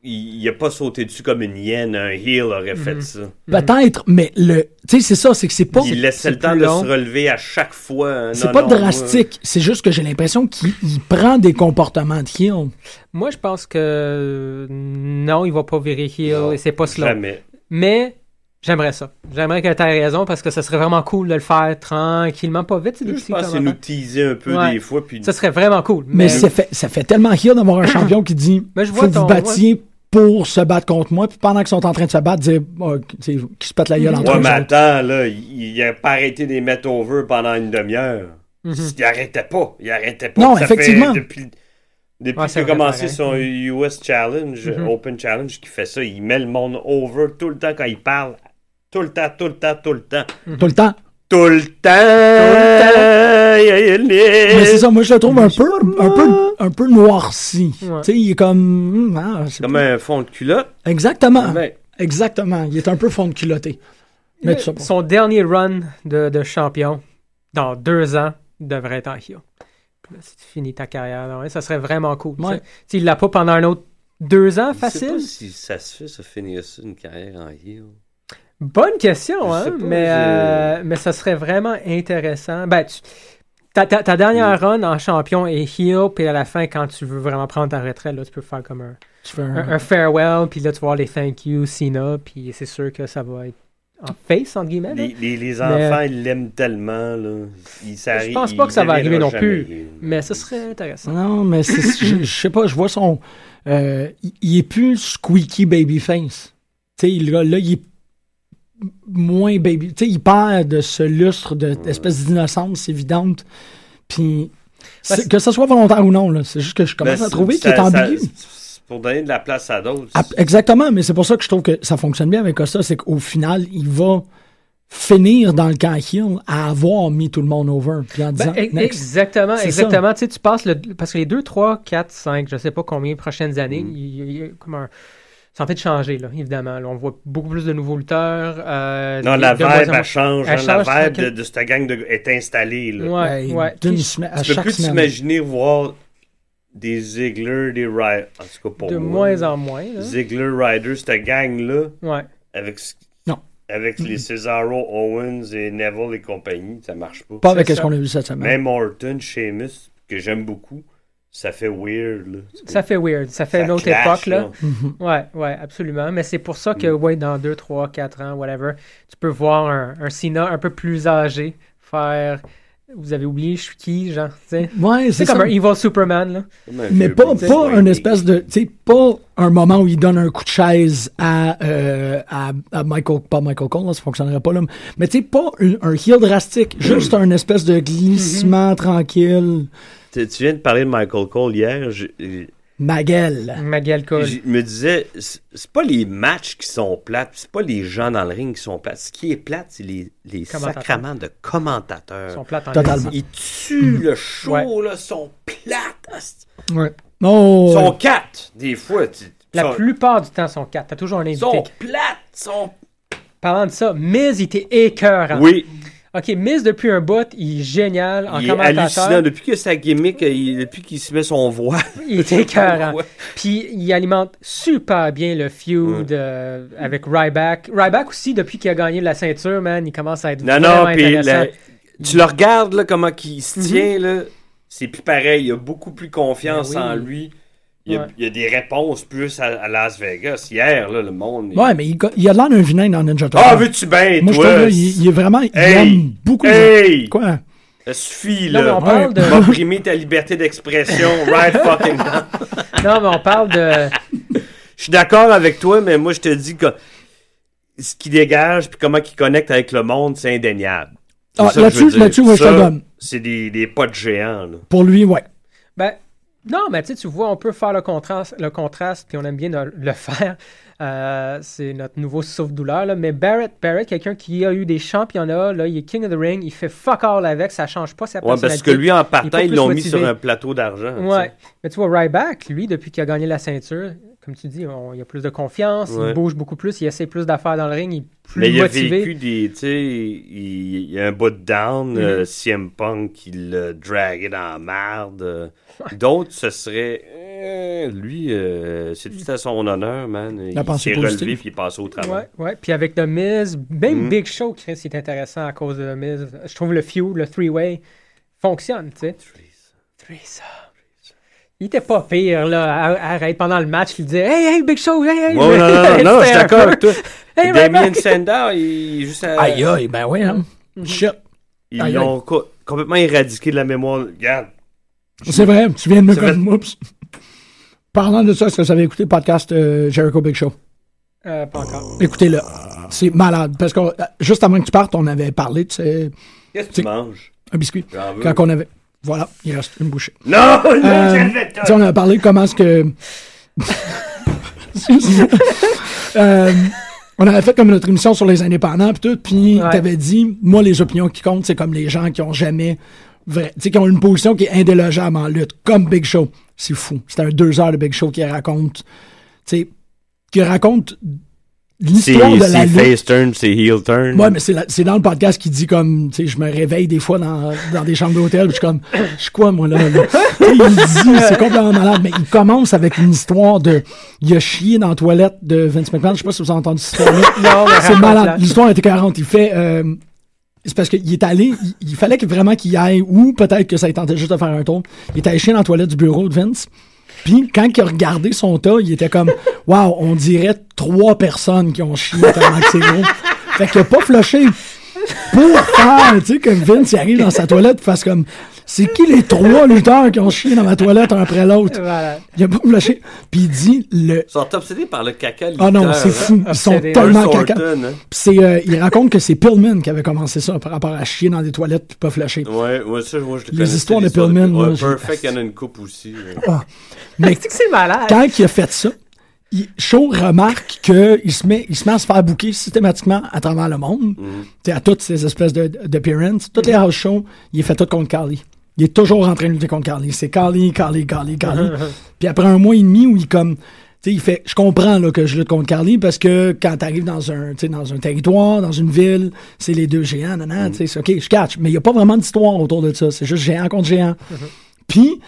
il- il a pas sauté dessus comme une hyène. Un heel aurait
Mhm.
fait ça.
peut-être, mais le, tu sais, c'est ça, c'est que c'est pas,
Il laissait le
c'est
temps
plus
de
long.
se relever à chaque fois. hein.
c'est
Non,
pas
non,
drastique. C'est juste que j'ai l'impression qu'il il prend des comportements de heel.
Moi, je pense que euh, non, il va pas virer heel et c'est pas
euh,
slow.
Jamais.
Mais j'aimerais ça. J'aimerais que tu aies raison parce que ça serait vraiment cool de le faire tranquillement, pas vite. c'est des
Je
petits
pense que c'est nous
commentaires.
teaser un peu
Ouais.
des fois. Puis...
Ça serait vraiment cool.
Mais,
Mais,
ça, fait, ça fait tellement heel d'avoir un champion qui dit
Mais je
faut
vois
que
ton-
vous battiez pour se battre contre moi. Puis pendant qu'ils sont en train de se battre, dire oh, tu sais, qu'ils se pètent la
Mhm.
gueule entre
Ouais, mais
eux. autres.
attends, là, il, il a pas arrêté de les mettre over pendant une demi-heure.
Mhm.
Il arrêtait pas. Il arrêtait pas.
Non,
Ça
effectivement.
Fait depuis depuis
Ouais,
qu'il
c'est
a
vrai, Mhm.
commencé
pareil.
son US Challenge, Open Challenge, qui fait ça, il met le monde over tout le temps quand il parle. Tout le temps, tout le temps, tout le temps.
Tout le temps.
Mhm.
Tout le
Mais c'est
temps!
ça, moi je le trouve un peu, un peu, un peu noirci.
Ouais.
Tu sais, il est comme. hum, ah, c'est
Comme un fond de culotte. Ben,
pas-
Ah.
Exactement.
Mais-
Exactement. Il est un peu fond de culotté. Mais tu sais pas.
son dernier run de, de champion, dans deux ans, devrait être en heel. Puis là, Si tu finis ta carrière, là, ouais, ça serait vraiment cool.
Ouais.
tu sais. S'il l'a pas pendant un autre deux ans,
Je sais
facile.
pas si ça se fait, ça finir ça, une carrière en heel.
Bonne question,
Je
hein,
sais pas,
mais,
je-
euh, mais ça serait vraiment intéressant. Ben, tu- ta, ta- ta dernière run en champion est heel, puis à la fin, quand tu veux vraiment prendre ta retraite, là, tu peux faire comme un,
Tu fais
Mm-hmm.
un- un farewell, puis là, tu vas voir les thank you, Cena, puis c'est sûr que ça va être en face, entre guillemets. là.
Les, les- les
Mais-
enfants, ils l'aiment tellement. Là. Ils, Ben,
Je pense pas que ça va arriver non plus, mais ça serait intéressant.
Non, mais c'est- je, je sais pas, je vois son. euh, il- il est plus squeaky babyface. Tu sais, il- là, là, il est moins baby. Tu sais, il perd de ce lustre, de espèce d'innocence évidente. Puis, c'est-
c'est-
que ce soit volontaire ou non, là, c'est juste que je
Ben,
commence à trouver qu'il est ambigu.
pour donner de la place à d'autres.
Ah, Exactement, mais c'est pour ça que je trouve que ça fonctionne bien avec Costa, c'est qu'au final, il va finir dans le camp heel à avoir mis tout le monde over, puis en
Ben,
disant
e-
next.
exactement,
C'est
exactement. Tu sais, tu passes le. Parce que les 2, 3, 4, 5, je sais pas combien prochaines années,
Mm.
il, il- il- comme un- C'est en train de changer, là, évidemment. Là, on voit beaucoup plus de nouveaux lutteurs. euh,
non,
des-
la
de moins en
vibe,
moins-
elle change.
Elle
hein, la
change, c'est
vibe de,
quel-
de cette gang de- est installée. Là.
Ouais,
Ben,
ouais.
d'une
Qui-
semaine- à
Tu peux
chaque
plus
semaine.
t'imaginer voir des Ziggler, des Ryder. En tout cas, pour
de
moi.
moins en moins. là.
Ziggler, Ryder, cette gang-là,
Ouais.
avec, ce-
Non.
avec les Cesaro, Owens et Neville et compagnie, ça marche pas.
Pas avec
c'est
ce
ça.
qu'on a vu cette semaine.
Même Orton, Sheamus, que j'aime beaucoup, ça fait weird. Là.
Ça fait weird. Ça fait
Ça
une autre
clash, Mm.
époque, là.
Mhm.
Ouais, ouais, absolument. Mais c'est pour ça que, ouais, dans 2, 3, 4 ans, whatever, tu peux voir un, un Cena un peu plus âgé faire. Vous avez oublié, je suis qui, genre, tu sais.
Ouais, c'est
C'est comme
ça.
un Evil Superman, là.
Comme un
Mais
vieux
pas,
Bobby
pas
Whitney.
un espèce de. Tu sais, pas un moment où il donne un coup de chaise à, euh, à, à Michael. Pas Michael Cole, là, ça fonctionnerait pas, là. Mais tu sais, pas un, un heel drastique, juste un espèce de glissement
Mm-hmm.
tranquille.
Tu, tu viens de parler de Michael Cole hier. Je, je-
Ma gueule.
Magal Cole.
je me disais, c'est c'est pas les matchs qui sont plates, c'est pas les gens dans le ring qui sont plates. Ce qui est plate, c'est les, les
Commentateurs.
sacrements de commentateurs.
Son plat en
Totalement.
Ils tuent le show,
Ouais.
là, sont plates. asti.
Ouais. Oh,
Ils
ouais.
sont quatre, des fois. tu-
La
sont,
plupart du temps, sont 4. T'as toujours un invité.
sont plates, sont...
Parlant de ça, Miz, il était écœurant.
Oui,
OK, Miz, depuis un bout, il est génial en
il est hallucinant.
commentateur.
Depuis que sa gimmick, euh, il- depuis qu'il se met son voile.
Il était écœurant.
Ouais.
Puis il alimente super bien le feud euh, avec Ryback. Ryback aussi, depuis qu'il a gagné la ceinture, man, il commence à être
Non,
vraiment
non, puis
intéressant.
Mhm.
la- tu le regardes, là, comment il se tient, là. c'est plus pareil. Il a beaucoup plus confiance
Ben oui.
en lui. Il y a,
Ouais.
il y a des réponses plus à, à Las Vegas. Hier, là, le monde. il-
euh, Ouais, mais il, go- il a de l'air d'un vinaigre dans Ninja Turtle.
Ah, veux-tu bien,
Moi, je trouve
toi?
là, il, il est vraiment. Il
Hey!
aime beaucoup.
Hey!
Quoi?
Ça suffit,
Non, mais
là.
on parle de.
Tu m'as brimé ta liberté d'expression, right fucking now.
Non, mais on parle de.
Je suis d'accord avec toi, mais moi, je te dis que ce qu'il dégage puis comment il connecte avec le monde, c'est indéniable. C'est
Ah,
ça que
là-dessus-
veux dire.
là-dessus, ouais, je te
Ça,
donne.
C'est des, des potes géants, là.
Pour lui, ouais.
Ben, non, mais tu sais, tu vois, on peut faire le contraste, le contraste puis on aime bien le, le faire. Euh, c'est notre nouveau souffle-douleur. là. Mais Barrett, Barrett, quelqu'un qui a eu des championnats, là, il est King of the Ring, il fait fuck all avec, ça change pas sa
Ouais, parce
personnalité.
que lui, en
il est pas
partant, ils
plus
l'ont mis
motivé.
sur un plateau d'argent. tu
Ouais.
sais.
Mais tu vois, Ryback, lui, depuis qu'il a gagné la ceinture, comme tu dis, on- il a plus de confiance,
Ouais.
il bouge beaucoup plus, il essaie plus d'affaires dans le ring, il est plus
Mais il a
motivé.
vécu des. Tu sais, il, il y a un bout de
Mm-hmm.
down, euh, CM Punk, il le draguait dans la marde. euh. D'autres, ce serait. euh, lui, euh, c'est tout à son honneur, man.
La
Il
pensée
s'est relevé
positive.
puis il est passé au travail.
Ouais, ouais. Puis avec The Miz, même
Mm.
Big Show, Chris, il est intéressant à cause de The Miz. Je trouve le feud, le three-way, fonctionne, tu sais. Threesome. Il était pas pire, là. à- Arrête, pendant le match, il disait Hey, hey, Big Show, hey, hey.
Ouais, non, non, non, non, je suis
C'était un
d'accord
peu-
avec toi.
Hey,
Damien
Ryback.
Sandow, il est juste à-
Aïe, aïe, ben ouais, hein.
mm-hmm.
Shit.
Ils
aïe,
l'ont co- complètement éradiqué de la mémoire. Regarde.
C'est vrai, tu viens de me
Ça fait-
comme oups. Parlant de ça, est-ce que vous avez écouté le podcast euh, Jericho Big Show?
Euh, pas encore.
Écoutez-le. C'est malade. Parce que euh, juste avant que tu partes, on avait parlé de ce-
Qu'est-ce que
C'est-
tu manges?
un biscuit.
J'en veux.
Quand on avait. Voilà, il reste une bouchée.
Non, non,
Euh,
je le
tu sais, on a parlé de comment est-ce que. Excuse-moi. Euh, on avait fait comme notre émission sur les indépendants, puis tout, puis
Ouais.
t'avais dit, moi, les opinions qui comptent, c'est comme les gens qui ont jamais. vrai- Tu sais, qui ont une position qui est indélogeable en lutte, comme Big Show. C'est fou. C'est un deux heures de Big Show qui raconte. Tu sais, qui raconte l'histoire de la
C'est
lutte.
face turn, c'est heel turn.
Ouais, mais c'est la- c'est dans le podcast qui dit comme, tu sais, je me réveille des fois dans, dans des chambres d'hôtel, puis je suis comme, je suis quoi, moi, là? là? Tu sais, il dit, c'est complètement malade, mais il commence avec une histoire de, il a chié dans la toilette de Vince McMahon, je sais pas si vous avez entendu cette
Non,
histoire-là.
mais
Ah, c'est
raconte-la.
malade. L'histoire était 40. Il fait, euh, c'est parce qu'il est allé, il, il fallait que vraiment qu'il y aille, ou peut-être que ça lui tentait juste de faire un tour. Il était allé chier dans la toilette du bureau de Vince. Puis, quand il a regardé son tas, il était comme, waouh, on dirait trois personnes qui ont chié tellement que c'est gros. Fait qu'il a pas flushé pour faire, tu sais, que Vince il arrive dans sa toilette pis fasse comme, c'est qui les trois lutteurs qui ont chié dans ma toilette un après l'autre?
Voilà.
Il a pas flushé. Puis il dit, le,
Ils sont obsédés par le caca.
ah non,
lutteur,
Ah, c'est
hein.
fou. Ils sont
Obsédé.
tellement
Burst
caca.
Orton, hein.
Pis c'est, euh, il raconte que c'est Pillman qui avait commencé ça par rapport à chier dans des toilettes pis pas flusher.
Ouais, ouais, ça, moi, je le
Les
connaissais,
histoires de
l'histoire
Pillman,
Ouais,
là, j'ai-
Perfect, il y en a une coupe aussi. ouais.
Ah. Mais
C'est que c'est malade.
quand il a fait ça, il, Shaw remarque qu'il se met, il se met à se faire bouquer systématiquement à travers le monde. T'sais, À toutes ces espèces de- d'appearances. Toutes les house shows, il est fait tout contre Carly. Il est toujours en train de lutter contre Carly. C'est Carly, Carly, Carly, Carly. Puis après un mois et demi où il comme. Tu sais, il fait, je comprends là, que je lutte contre Carly parce que quand t'arrives dans un, tu sais, dans un territoire, dans une ville, c'est les deux géants, nanan, tu sais, c'est ok, je catch. Mais il n'y a pas vraiment d'histoire autour de ça. C'est juste géant contre géant. Puis,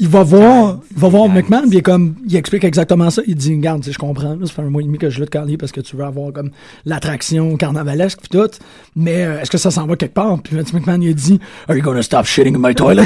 il va voir, il va voir McMahon, puis il est comme, il explique exactement ça. Il dit, regarde, tu sais, je comprends, là, ça fait un mois et demi que je lutte Carly parce que tu veux avoir comme l'attraction carnavalesque puis tout, mais euh, est-ce que ça s'en va quelque part? Puis Vince McMahon, il a dit, are you gonna stop shitting in my toilet?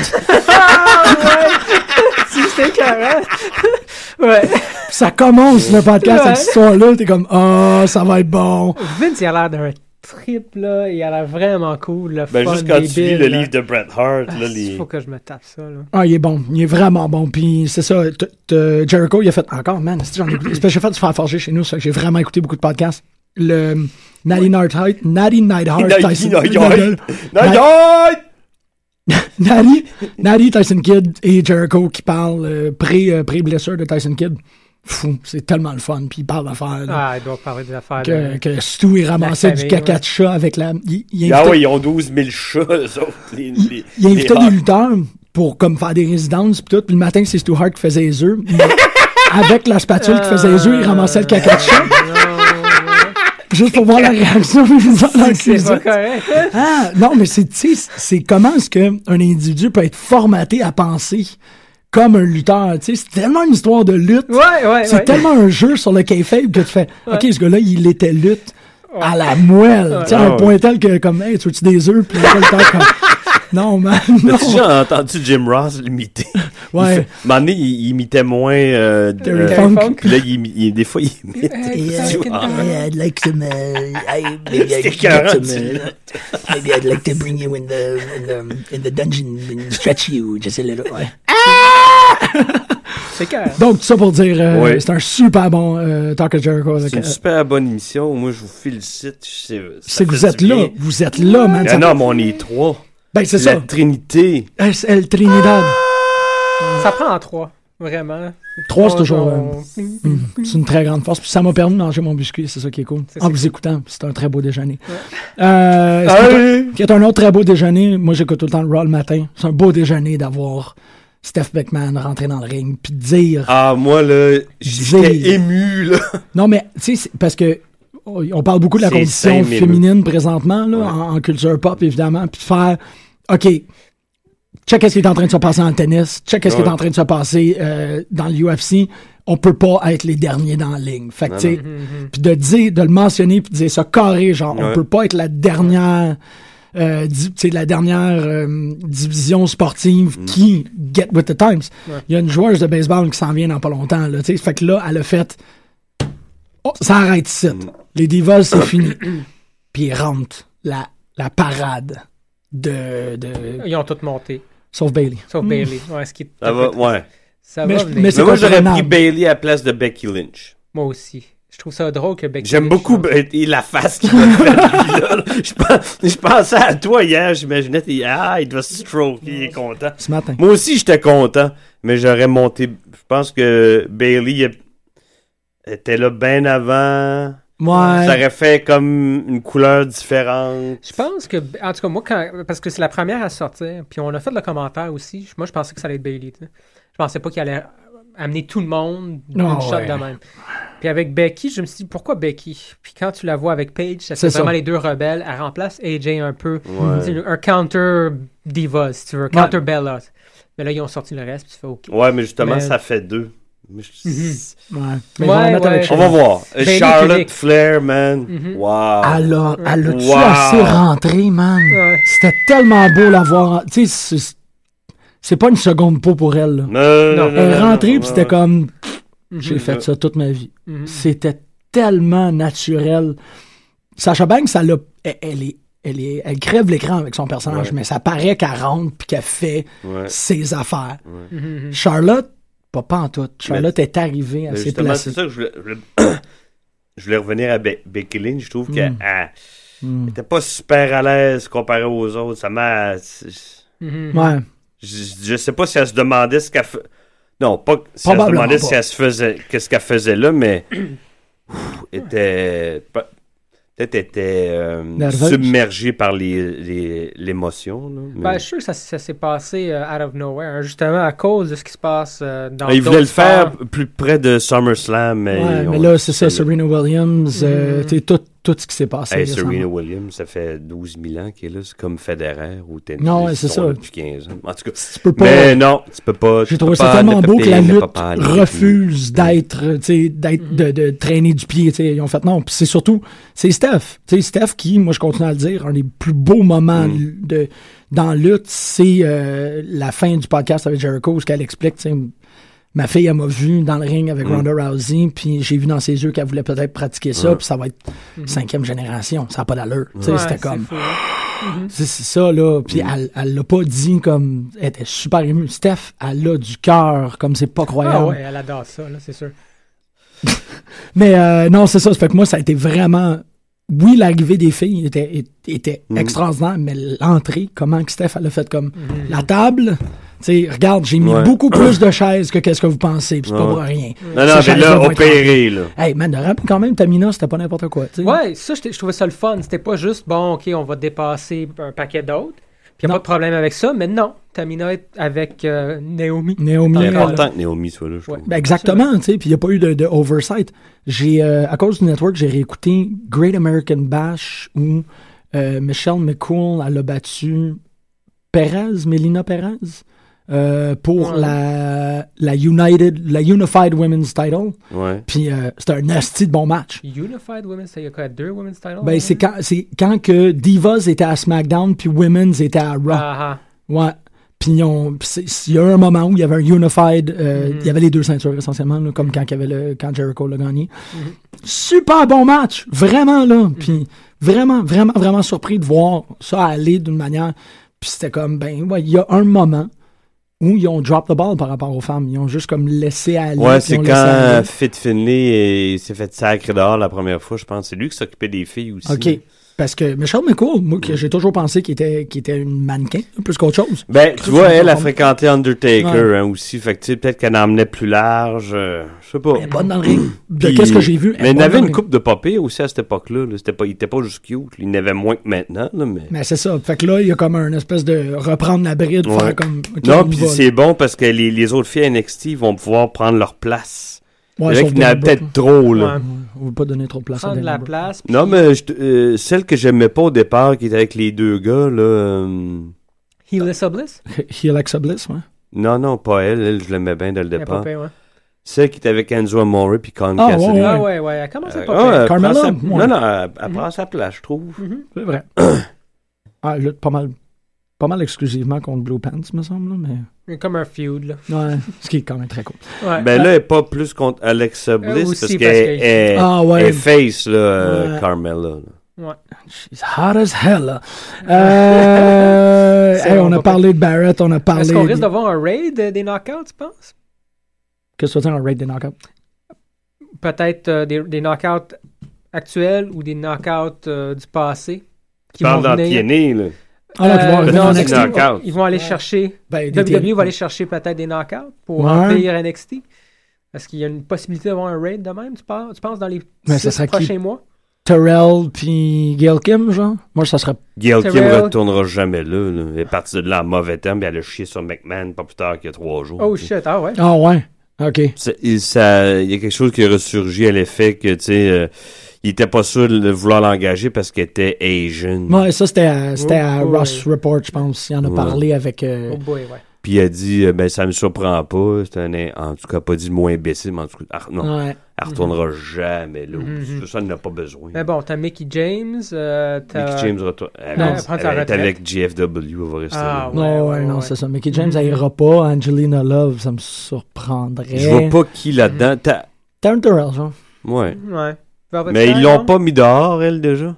C'était carré. ouais.
Puis ça commence le podcast
Ouais.
avec cette histoire-là, t'es comme, oh, ça va être bon.
Vince, il a l'air d'un trip, là. Il a l'air vraiment cool. Le
Ben,
fun,
juste quand
débile,
tu lis le
là.
hein.
livre de Bret Hart,
Ah,
là,
Il
les...
faut que je me tape ça, là.
Ah, il est bon, il est vraiment bon. Puis c'est ça, t- t- Jericho, il a fait encore, man, c'est-tu, j'en ai écouté. C'est parce que j'ai fait du faire forger chez nous, ça fait que j'ai vraiment écouté beaucoup de podcasts. Le Natty Nightheart, Natty Nightheart,
Night-
Tyson-
Night-
Nigel-
Non,
Natty, Natty, Tyson Kidd et Jericho qui parlent euh, pré, euh, pré-blessure de Tyson Kidd. Fou, c'est tellement le fun. Puis il parle d'affaires. là,
Ah, il doit parler des affaires.
que,
de-
que Stu est ramassé
La
du
famille,
caca
ouais.
de chat avec la. Il, il
Ah
invitait,
ouais, ils ont 12 000 chats, eux autres. Les, les,
il
les
invitait des
Hart.
lutteurs pour comme faire des résidences pis tout. Puis le matin, c'est Stu Hart qui faisait les œufs. Mais avec la spatule qui faisait les œufs, il ramassait le caca
Euh.
de chat. Juste pour voir la réaction des gens dans la
C'est
cuisine.
pas correct.
Ah, non, mais c'est, tu sais, c'est comment est-ce qu'un individu peut être formaté à penser comme un lutteur, tu sais, c'est tellement une histoire de lutte.
Ouais, ouais,
c'est
ouais.
tellement un jeu sur le kayfabe que tu fais, OK, ce gars-là, il était lutte à la moelle, tu sais, à un point tel que, comme, hey, tu veux-tu des œufs? Puis le gars, le temps, comme, Non, man.
T'as
Non.
déjà entendu Jim Ross l'imiter?
Ouais.
Il fait- un moment donné, il, il imitait moins... euh,
Terry
euh,
Funk.
Puis là, il, imi- il- des fois, il imite...
Euh,
Fuck.
I'd like some. Uh, I maybe I
C'était
could get
écœurant,
some.
tu-
Uh, maybe I'd like to bring you in the in the, in the dungeon and stretch you just a little. Ouais.
C'est clair.
Donc, tout ça pour dire, euh,
Ouais.
c'est un super bon euh, Talk of Jericho. avec,
C'est une
euh,
super bonne émission. Moi, je vous félicite. Je sais- ça
c'est que
fait
vous êtes
du
là.
bien.
Vous êtes là, man.
Ah
Ça-
non, mais on est trois.
Ben, c'est
La
ça.
Trinité.
SL Trinidad.
Ça prend en trois, vraiment.
Trois, c'est
On-
toujours. euh,
on-
C'est une très grande force. Puis ça m'a permis de manger mon biscuit, c'est ça qui est cool.
C'est
En
ça.
vous écoutant, c'est un très beau déjeuner. Euh, ce qui est
Allez!
un- qui est un autre très beau déjeuner, moi j'écoute tout le temps le Raw le matin. C'est un beau déjeuner d'avoir Steph Beckman rentrer dans le ring puis de dire.
Ah, moi, là,
Zé.
j'étais ému, là.
Non, mais tu sais, c'est- parce que on on parle beaucoup de la
C'est
condition
cinq minutes.
féminine présentement, là, en, en culture pop évidemment, puis de faire OK. Check ce qui est en train de se passer en tennis, check ce qui est en train de se passer euh, dans le UFC. On peut pas être les derniers dans la ligne. Fait que, tu sais, puis de dire, de le mentionner, puis de dire ça carré, genre, on
Ouais.
peut pas être la dernière, euh, di- tu sais, la dernière euh, division sportive
Mm.
qui get with the times. Il y a une joueuse de baseball qui s'en vient dans pas longtemps, là, tu sais. Fait que là, elle a fait, Oh, ça arrête ici.
Mm.
Les Divas, c'est fini. puis ils rentrent la, la parade de, de-
Ils ont tout monté,
sauf Bailey.
sauf Bailey. Ouais, ce qui est-
Ça va, ouais.
Ça
Hmm. Mais
va
je-
venir.
mais c'est-
Mais moi,
pas
j'aurais
prenable.
pris Bailey à la place de Becky Lynch.
Moi aussi. Je trouve ça drôle que Becky
J'aime
Lynch-
beaucoup Be- et la face qu'il a faite. là. je, pense- je pensais à toi hier, j'imaginais, t'es- ah, il doit se stroke, il est content.
Ce matin.
Moi aussi, j'étais content, mais j'aurais monté. Je pense que Bailey était là bien avant.
Moi,
Ça aurait fait comme une couleur différente.
Je pense que, en tout cas, moi, quand, parce que c'est la première à sortir, puis on a fait le commentaire aussi, je- moi, je pensais que ça allait être Bailey. Je pensais pas qu'il allait amener tout le monde d'une
Ah,
shot
ouais.
de même. Puis avec Becky, je me suis dit, pourquoi Becky? Puis quand tu la vois avec Paige, ça
C'est
fait
ça.
vraiment les deux rebelles. Elle remplace AJ un peu. Tu sais, Un counter Diva, si tu veux. Counter Bella. Mais là, ils ont sorti le reste, puis tu fais OK.
Ouais, mais justement,
Mais-
ça fait deux. Mais je-
ouais. Mais ils vont la
Ouais,
mettre avec
ouais.
On
Charlotte.
va voir. Euh,
Bailey Mhm.
Charlotte
Koenig.
Flair, man. Wow.
Elle a, elle a-tu
Wow.
assez rentré, man?
Ouais.
C'était tellement beau la voir. Tu sais, c'est- c'est pas une seconde peau pour elle. là.
Non, non,
Non.
non,
Elle est
non,
rentrée, puis
non, non,
c'était
non.
comme, j'ai fait ça toute ma vie. C'était tellement naturel. Sacha Banks, ça l'a- elle, elle est, elle, est- elle crève l'écran avec son personnage, mais ça paraît qu'elle rentre puis qu'elle fait
Ouais.
ses affaires. Charlotte, pas, pas en tout. Charlotte est arrivée, elle
Mais
s'est
justement,
placée.
c'est ça que je voulais, je voulais- je voulais revenir à Be- Becky Lynch. Je trouve
Hmm.
qu'elle n'était pas super à l'aise comparée aux autres. Ça m'a. Je,
Ouais.
je sais pas si elle se demandait ce qu'elle fait. Non, pas que- si elle se
Probablement
demandait
pas.
si elle se faisait. Qu'est-ce qu'elle faisait là, mais. Ouf, était. pas- Peut-être était euh,
Nerveuse.
submergée par les- les- l'émotion. là, mais-
Ben, je suis sûr que ça, ça s'est passé euh, out of nowhere, hein, justement à cause de ce qui se passe euh, dans
Ah, Ben, il voulait
d'autres
le faire
sports.
plus près de SummerSlam. Mais,
Ouais,
on-
mais là, c'est ça, Serena Williams, euh, tu sais, tout, tout ce qui s'est passé.
Hey,
récemment.
Serena Williams, ça fait 12 000 ans qu'elle est là. C'est comme Federer ou tennis.
Non, ouais,
ils
c'est
sont
ça.
là Depuis 15 ans. En tout cas,
Tu peux pas-
mais non, tu peux pas. tu
J'ai
peux
trouvé ça
pas
tellement
ne
beau
pas
que la
payer, ne
lutte
pas parler. Mm.
refuse d'être, euh, tu sais, d'être,
Mm.
de, de traîner du pied, tu sais. Ils ont fait non. Puis c'est surtout, c'est Steph. Tu sais, Steph qui, moi, je continue à le dire, un des plus beaux moments
Mm.
de, dans la lutte, c'est euh, la fin du podcast avec Jericho, ce qu'elle explique, tu sais. Ma fille, elle m'a vu dans le ring
Mm.
avec Ronda Rousey, puis j'ai vu dans ses yeux qu'elle voulait peut-être pratiquer ça, puis ça va être cinquième génération, ça n'a pas d'allure. Tu sais,
Mm-hmm. Ouais,
C'était
c'est
comme,
fou, hein.
c'est c'est ça, là.
Mm.
Puis elle, elle l'a pas dit comme. Elle était super émue. Steph, elle a du cœur, comme c'est pas croyable.
Ah ouais, elle adore ça, là, c'est sûr.
Mais euh, non, c'est ça. Ça fait que moi, ça a été vraiment. Oui, l'arrivée des filles était, est- était
Mm.
extraordinaire, mais l'entrée, comment que Steph, elle a fait comme. La table. Tu sais, regarde, j'ai mis
Mm. Ouais.
beaucoup plus de chaises que qu'est-ce que vous pensez, puis c'est pas
Ouais.
pour rien.
Non, non,
Ces
mais
chaises-là
là,
vont être
opéré, là.
en- Hey, man, de rappeler quand même, Tamina, c'était pas n'importe quoi. tu sais.
Ouais, ça, j'étais- je trouvais ça le fun. C'était pas juste, bon, OK, on va dépasser un paquet d'autres. Puis y
Non.
a pas de problème avec ça, mais non. Tamina est avec euh, Naomi.
Naomi, euh,
C'est
elle-
important que Naomi soit là, je trouve.
Ouais.
Ben, exactement, tu sais, puis il n'y a pas eu de, de oversight. J'ai, euh, à cause du network, j'ai réécouté Great American Bash où euh, Michelle McCool, elle a battu Perez, Melina Perez, euh, pour la, la United, la Unified Women's Title.
Ouais.
Puis euh, c'était un asti de bon match.
Unified Women's, il y a quoi, deux Women's titles? Ah,
Ben, c'est quand, c'est quand que Divas était à SmackDown, puis Women's était à Raw.
Ah, ah.
Ouais. Puis ils ont- puis c'est- c'est- il y a eu un moment où il y avait un unified, euh, il y avait les deux ceintures essentiellement, là, comme quand, il y avait le, quand Jericho l'a gagné. Super bon match, vraiment là. Puis vraiment, vraiment, vraiment surpris de voir ça aller d'une manière. Puis c'était comme, ben ouais, il y a un moment où ils ont drop the ball par rapport aux femmes. Ils ont juste comme laissé aller.
Ouais,
puis
c'est
ils ont
quand
laissé aller.
euh, Fit Finley euh, il s'est fait sacrer dehors la première fois, je pense. C'est lui qui s'occupait des filles aussi.
OK. Parce que Michelle McCool, moi,
Mm.
que j'ai toujours pensé qu'il était, qu'il était une mannequin, plus qu'autre chose.
Ben,
Chris,
tu vois,
je me
elle a
trompe.
fréquenté Undertaker
Ouais.
hein, aussi. Fait que, tu sais, peut-être qu'elle en emmenait plus large. euh, je sais pas.
Elle est bonne dans le ring. De
Puis-
qu'est-ce que j'ai vu? elle est
Mais il
bonne
n'avait
dans le
une
ring.
coupe de papier aussi à cette époque-là. là. C'était pas, il était pas juste cute. Il n'avait moins que maintenant. là, mais...
Mais c'est ça. Fait que là, il y a comme un espèce de reprendre la bride,
Ouais.
faire comme. ok, on
non,
y
puis
va, là.
c'est bon parce que les, les autres filles à NXT vont pouvoir prendre leur place.
Ouais,
c'est
sauf
vrai qu'il y en a
Dana Brooke,
peut-être trop, là.
Ouais.
là. On veut pas donner trop de place à
Prendre de
Dana
la
Brooke.
place.
Non,
puis-
mais je te- euh, celle que j'aimais pas au départ, qui était avec les deux gars, là. euh,
Helissa Bliss?
Heel Alexa Bliss, ouais.
Non, non, pas elle. Elle, je l'aimais bien dès le
Elle est pas
départ.
pire, ouais.
Celle qui était avec Enzo Amore puis Con
Ah, ouais,
Cassidy.
ouais.
Ah, ouais, ouais. Elle commence à
Euh,
pas
ah,
pire.
elle prend
Carmella,
sa-
ouais.
Non, non, elle, elle prend sa place, je trouve.
C'est vrai. ah, elle lutte pas mal. Pas mal exclusivement contre Blue Pants, me semble, là, mais.
Il y a Comme un feud, là.
Ouais, ce qui est quand même très cool.
Ouais. Euh,
Ben là, elle n'est pas plus contre Alexa Bliss
aussi,
parce
parce
qu'elle
que-
est,
Ah, ouais.
face, là, euh,
Ouais.
Carmella. là.
ouais.
She's hot as hell. là. Euh,
C'est
hey,
bon,
on a
pas
parlé de Barrett, on a parlé.
Est-ce qu'on risque
de-
d'avoir un raid euh, des knockouts, tu penses?
Qu'est-ce que tu veux dire, un raid des knockouts?
Peut-être euh, des, des knockouts actuels ou des knockouts euh, du passé.
Tu
Qui
parles
vont
dans
venir.
TNA, là.
Ah, là, tu
Euh,
vois, revenir
non,
en
c'est
NXT.
des knockouts.
Ils vont aller chercher.
Ben, des
WWE E va
télés.
aller chercher peut-être des knockouts pour
Ouais.
remplir NXT. Est-ce qu'il y a une possibilité d'avoir un raid de même, tu penses, tu penses dans les
Mais
six
ça serait qui?
prochains mois?
Terrell puis Gail Kim, genre. Moi, ça serait
Gail Kim
Terrell.
ne retournera jamais là, là. Elle est partie de là en mauvais temps, mais elle a chié sur McMahon pas plus tard qu'il y a trois jours.
Oh shit, ah ouais.
Ah ouais. OK.
Ça- Il ça- il y a quelque chose qui est ressurgi à l'effet que, tu sais, euh, il était pas sûr de vouloir l'engager parce qu'elle était Asian.
Ouais, ça, c'était à, c'était à
Oh boy.
Ross Report, je pense. Il en a
Ouais.
parlé avec. euh,
Oh boy, ouais.
Puis elle dit, euh, ben, ça me surprend pas. C'est un, in- en tout cas, pas dit le mot imbécile, mais en tout cas, ah, non,
ouais.
elle retournera jamais là.
Mhm.
Ça, elle n'a pas besoin.
Mais bon, t'as Mickey James, euh, t'as...
Mickey James retourne. Elle,
Non,
elle-
elle prend
elle
sa
est
retraite.
avec GFW, elle va rester
Ah,
là.
ouais,
non, ouais,
ouais,
non,
ouais.
c'est ça. Mickey
Mm-hmm.
James, elle ira pas. Angelina Love, ça me surprendrait.
Je vois pas qui là-dedans. t'as-
Taryn Terrell, genre.
Ouais.
Ouais. Velvet
Mais
Sky,
ils l'ont
non?
pas mis dehors, elle, déjà.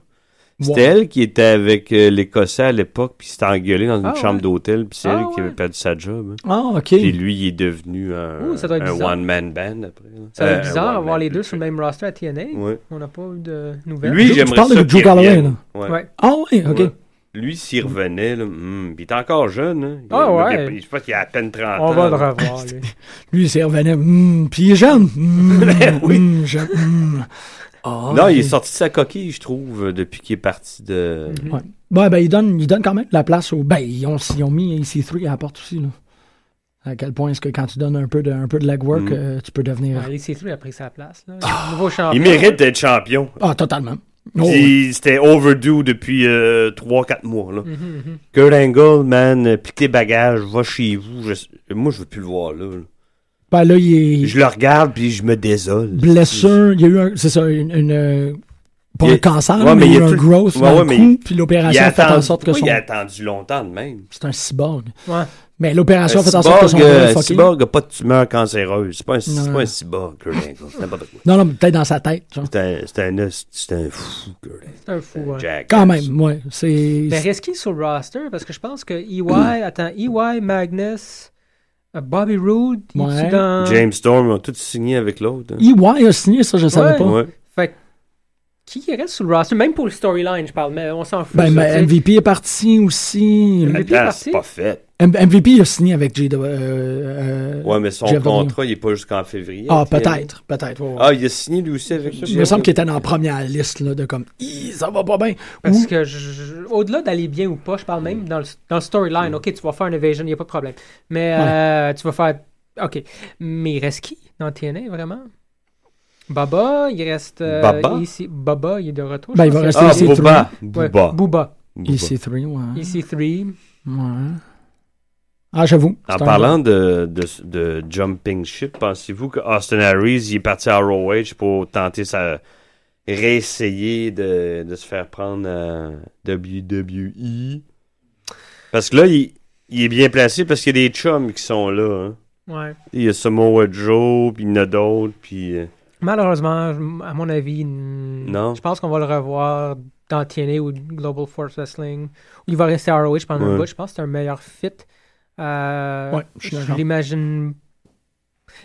C'était
Ouais.
elle qui était avec euh, l'Écossais à l'époque, puis s'était engueulée dans une
Ah,
chambre
ouais.
d'hôtel, puis c'est
Ah,
elle qui
ouais.
avait perdu sa job. hein.
Ah, OK.
Puis lui, il est devenu un,
Ouh, ça doit être
un
bizarre.
one-man band après. là.
Ça va
Euh,
être
un
bizarre
one-man
avoir les
band.
deux sur le même roster à TNA.
Ouais.
On n'a pas eu de nouvelles.
Lui,
Tu
j'aimerais
parles de
ça
Drew
qu'il
Galloway,
revienne. Ouais.
Ouais.
Ah, ouais, OK.
Ouais. Lui, s'il revenait, là, hmm, puis il est encore jeune. Hein. Il-
Ah,
il-
ouais.
il- Je pense qu'il a à peine 30 ans.
On va le
là.
revoir, lui.
Lui, c'est revenait. hmm, puis il est jeune. Hmm, hmm, jeune, hmm. Ah,
Ben Non, il est
ok.
sorti de sa coquille, je trouve, euh, depuis qu'il est parti de.
Ouais. Ouais, ben, il donne, il donne quand même la place au. Ben, ils ont, ils ont mis AC3 à la porte aussi, là. À quel point est-ce que quand tu donnes un peu de, un peu de legwork,
Mm.
euh, tu peux devenir.
Ouais, c'est lui a pris sa place. Là. Nouveau champion.
Il mérite d'être champion.
Ah, totalement. Ah. Oh, ouais.
Puis C'était overdue depuis 3-4 mois.
Mhm,
Là. Kurt Angle, man, euh, pique tes bagages, va chez vous. Je- Moi, je veux plus le voir là. là.
Ben, là, il est.
Je le regarde, puis je me désole.
blessure, il y a eu un, c'est ça, une, une, euh, pas
Il y a-
un cancer,
ouais,
mais,
mais
il y a eu
il y a
un
tout le-
growth
ouais,
dans
ouais,
le
mais
cou,
il-
puis
Il
l'opération
a,
a fait en
attendu,
sorte que
pourquoi
son...
il a attendu longtemps de même.
C'est un cyborg.
Ouais.
Mais l'opération
Un
a fait en sorte que son
cyborg,
bras est
euh,
fucké.
cyborg n'a pas de tumeur cancéreuse. C'est pas un, c'est
Non.
pas un cyborg, Kurt Angle. C'est n'importe quoi.
Non, non, mais peut-être dans sa tête, genre.
C'est un, c'est un, c'est un fou, Kurt Angle.
C'est un fou, ouais.
Jack.
Quand même, ouais. C'est...
Ben,
Mais risqué sur le roster parce que je pense que EY, attends, EY, Magnus, euh, Bobby Roode, il est
Ouais.
dans.
James Storm ont tout signé avec l'autre. hein.
EY a signé ça, je savais
Ouais.
pas.
Ouais.
Fait que, qui reste sur le roster, même pour le storyline, je parle, mais on s'en fout.
Ben,
ça,
mais
tu sais.
MVP est parti aussi.
MVP. est
Attends,
parti.
c'est pas fait.
M- MVP a signé avec JW. euh, euh,
Ouais, mais son
JW.
contrat, il est pas jusqu'en février.
Ah,
tu sais.
peut-être, peut-être. ouais, ouais.
Ah, il a signé lui aussi avec
il me semble qu'il était dans la première liste là, de comme, Ih, ça va pas bien.
Parce
Ou-
que, je- je- au-delà d'aller bien ou pas, je parle même dans le, dans le storyline. Ok, tu vas faire une evasion, il n'y a pas de problème. Mais euh, tu vas faire. Ok. Mais il reste qui dans TNA, vraiment Baba, il reste. euh,
Baba?
ici. Baba, il est de retour. je
Ben, il
pense
va
que-
rester
Ah,
c'est
Booba.
Ouais,
Booba.
Booba.
Booba.
EC3, ouais.
EC3.
Ouais. Ah, j'avoue.
En
c'est un-
parlant de, de, de jumping ship, pensez-vous que Austin Harris il est parti à ROH pour tenter sa réessayer de, de se faire prendre euh, à WWE? E? Parce que là, il, il est bien placé parce qu'il y a des chums qui sont là. hein.
Ouais.
Il y a Samoa Joe, puis il y en a d'autres, puis... euh,
Malheureusement, je- à mon avis, n-
Non.
Je pense qu'on va le revoir dans TNA ou Global Force Wrestling. Ou il va rester à ROH pendant
Ouais.
un bout. Je pense que c'est un meilleur fit. Euh,
Ouais, je suis
je
d'accord.
l'imagine.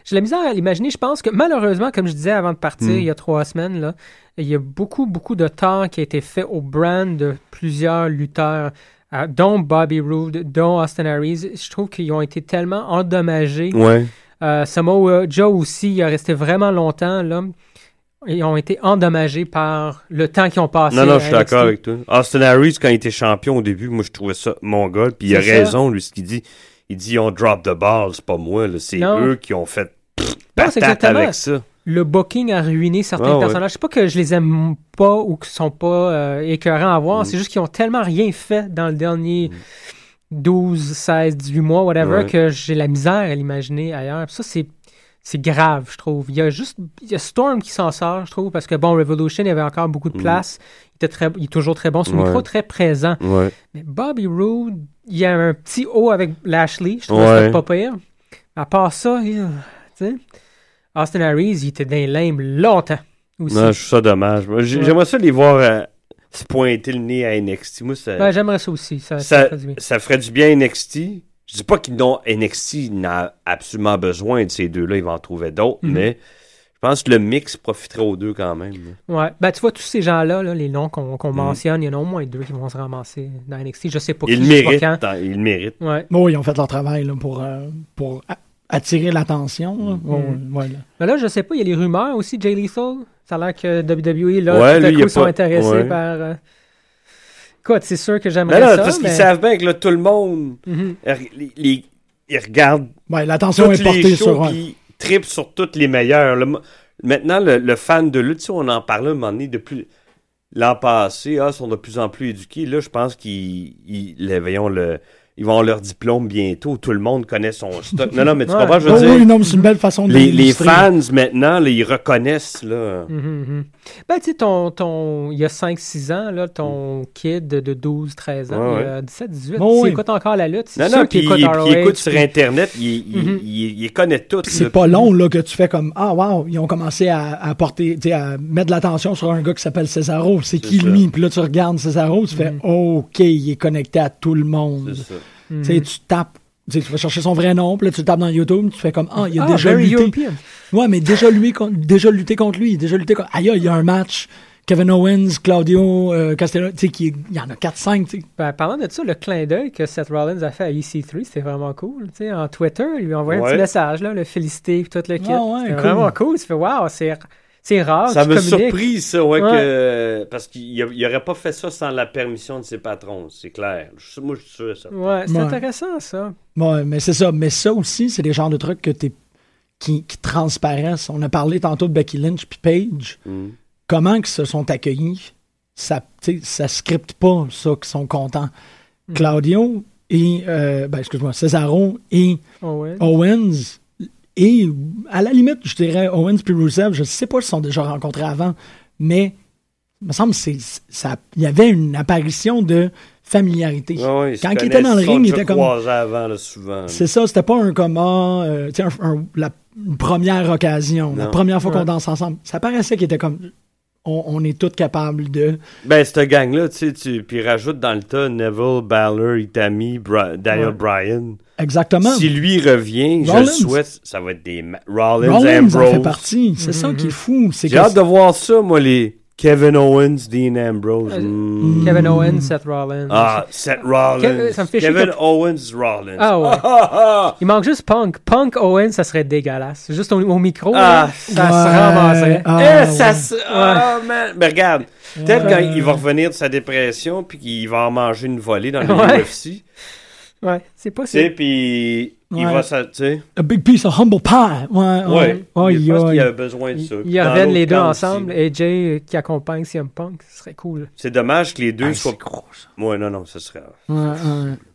J'ai la misère à l'imaginer. Je pense que malheureusement, comme je disais avant de partir
Hmm.
il y a trois semaines, là, il y a beaucoup, beaucoup de temps qui a été fait au brand de plusieurs lutteurs, euh, dont Bobby Roode, dont Austin Aries. Je trouve qu'ils ont été tellement endommagés.
Ouais.
Euh, Samoa Joe aussi, il a resté vraiment longtemps. Là. Ils ont été endommagés par le temps qu'ils ont passé.
non, non,
à
je suis d'accord
NXT.
avec toi. Austin Harris, quand il était champion au début, moi, je trouvais ça mongol, puis il a
C'est ça.
raison, lui, ce qu'il dit. Il dit, on drop the ball, c'est pas moi, là, c'est
Non.
eux qui ont fait pff,
Non, c'est
patate
exactement.
avec ça.
Le booking a ruiné certains
Ah ouais.
personnages. C'est pas que je les aime pas ou qu'ils sont pas euh, écœurants à
Mm.
voir. C'est juste qu'ils ont tellement rien fait dans le dernier 12, 16, 18 mois, whatever,
Ouais.
que j'ai la misère à l'imaginer ailleurs. Puis Ça, c'est. C'est grave, je trouve. Il y a juste il y a Storm qui s'en sort, je trouve, parce que bon, Revolution, il y avait encore beaucoup de place. Il, était très, il est toujours très bon. Son
Mm. Ouais.
micro très présent.
Ouais.
Mais Bobby Roode, il y a un petit haut avec Lashley, je trouve
Ouais.
ça pas pire. À part ça, il- tu sais, Austin Harris, il était dans les limbes longtemps aussi.
Non, je trouve ça dommage. Moi, j'ai-
Ouais.
J'aimerais ça les voir euh, se pointer le nez à NXT. Moi, ça,
Ouais, Ben, J'aimerais ça aussi. Ça, ça
ça,
fait du bien.
ça ferait du bien à NXT. Je dis pas qu'ils n'ont NXT n'a absolument besoin de ces deux-là, ils vont en trouver d'autres,
Mhm.
mais je pense que le mix profiterait aux deux quand même. là.
Ouais. Ben, tu vois, tous ces gens-là, là, les noms qu'on qu'on
Mm.
mentionne, il y en a au moins deux qui vont se ramasser dans NXT. Je sais pas
Ils
qui,
le
je sais pas
méritent.
quand.
tant- Ils le méritent.
Ouais.
Bon, ils ont fait leur travail là, pour, euh, pour a- attirer l'attention. là. Bon, voilà.
Mais là, je sais pas, il y a les rumeurs aussi, Jay Lethal. Ça a l'air que WWE, là,
Ouais,
tout à
lui, il y a
coup, sont
pas-
intéressés
ouais.
par... euh, Écoute, c'est sûr que
Mais
j'aimerais
là,
ça,
parce qu'ils
mais-
savent bien que là, tout le monde,
Mhm.
er- les- les- ils regardent
Ouais, l'attention
tous
est portée
les
sur
shows
un.
qui tripent sur toutes les meilleures. Le mo- maintenant, le, le fan de lutte, tu sais, on en parlait un moment donné depuis l'an passé, ah, ils sont de plus en plus éduqués. Là, je pense qu'ils ils, le- voyons, le, ils vont avoir leur diplôme bientôt. Tout le monde connaît son stock. Non, non, mais tu
Ouais.
comprends, je
Oh
veux
oui,
dire,
non, mais c'est une belle façon de
les, les
l'illustrer.
fans maintenant, là, ils reconnaissent. Là.
Mhm, mhm. Ben, tu sais, ton, ton, il y a 5-6 ans, là, ton kid de 12-13 ans,
Mm. Ouais,
il a 17-18,
Bon,
s'il
oui.
écoute encore la lutte,
Non, non,
c'est sûr
puis
qu'il écoute
ils
ROH.
ils écoutent sur
puis-
Internet, ils, ils-
Mhm.
ils- ils connaissent tout.
Puis
là.
C'est pas long là, que tu fais comme Ah, wow, ils ont commencé à, à porter, tu sais, à mettre de l'attention sur un gars qui s'appelle Cesaro. C'est qui
ça.
lui Puis là, tu regardes Cesaro, tu fais OK, il est connecté à tout le monde.
C'est ça.
Tu sais, tu tapes. tu sais, tu vas chercher son vrai nom, puis là tu le tapes dans YouTube, tu fais comme Ah, il a
Ah,
déjà
very
lutté.
European.
Ouais, mais déjà lui con- déjà lutté contre lui, déjà lutté contre. Aïe, aïe, il y a un match. Kevin Owens, Claudio euh, Castellano, tu sais, qui est- il y en a 4-5, tu sais.
Ben, parlant de ça, le clin d'œil que Seth Rollins a fait à EC3, c'était vraiment cool. Tu sais, en Twitter, il lui a envoyé un
Ouais.
petit message, là, le féliciter, puis tout le kit.
Ah ouais,
c'était
cool.
vraiment cool. Tu fais, waouh, c'est c'est
Ah,
rare.
Ça
tu
m'a
communiques.
surpris, ça, ouais,
Ouais.
Que, parce qu'il n'aurait pas fait ça sans la permission de ses patrons, c'est clair. Je- moi, je suis sûr, ça.
Ouais, c'est
Ouais.
intéressant, ça.
Ouais, euh, mais c'est ça. Mais ça aussi, c'est des genres de trucs que t'es- qui, qui transparaissent. On a parlé tantôt de Becky Lynch puis Paige. Comment qu'ils se sont accueillis, ça, tu sais, ça scripte pas ça qu'ils sont contents. Claudio et, euh, ben, excuse-moi, Cesaro et
Oh, ouais.
Owens. Et à la limite, je dirais Owens puis Rusev, je sais pas s'ils se sont déjà rencontrés avant, mais il me semble que c'est- ça- il y avait une apparition de familiarité.
Ouais, ouais, ils se
Quand il
connaissent,
était dans le
sont
ring, il
déjà
était comme.
croisés avant, là, souvent. là.
C'est ça, c'était pas un comment, euh, tu sais, un- un- la une première occasion, la
Non.
première fois
Ouais.
qu'on danse ensemble. Ça paraissait qu'il était comme, on, on est tous capables de.
Ben, cette gang-là, tu sais, tu- puis rajoute dans le tas Neville, Balor, Itami, Bri- Daniel
Ouais.
Bryan.
Exactement.
Si lui revient, je
Rollins.
le souhaite, ça va être des... ma- Rollins,
Rollins en fait
Ambrose.
partie. C'est
Mm-hmm.
ça qui est fou. C'est
J'ai
que-
hâte de voir ça, moi, les Kevin Owens, Dean Ambrose.
Euh,
Mm.
Kevin Owens, Seth Rollins.
Ah, Seth Rollins.
Kev- ça me fait chier
Kevin
que-
Owens, Rollins.
Ah ouais.
ah, ah.
Il manque juste Punk. Punk Owen, ça serait dégueulasse. Juste au, au micro,
Ah,
là, ça
ouais,
se ramasserait.
ah,
Eh,
ouais.
ça se- Ah, man. Mais regarde, peut-être quand il va revenir de sa dépression, puis qu'il va en manger une volée dans le
Ouais.
UFC.
Eh, Ouais, c'est
Tu sais,
possible.
puis Il
Ouais.
va s'en- tu sais.
A big piece of humble pie. Ouais, ouais.
Ouais.
Aïe,
Je pense qu'il
aïe.
avait besoin de ça.
Ils
Dans
reviennent les
l'autre
deux
camp
ensemble.
aussi.
AJ euh, qui accompagne CM Punk, ce serait cool.
C'est dommage que les deux
Ah,
soient.
c'est gros, ça.
Ouais, non, non, ce serait.
Ouais, ouais.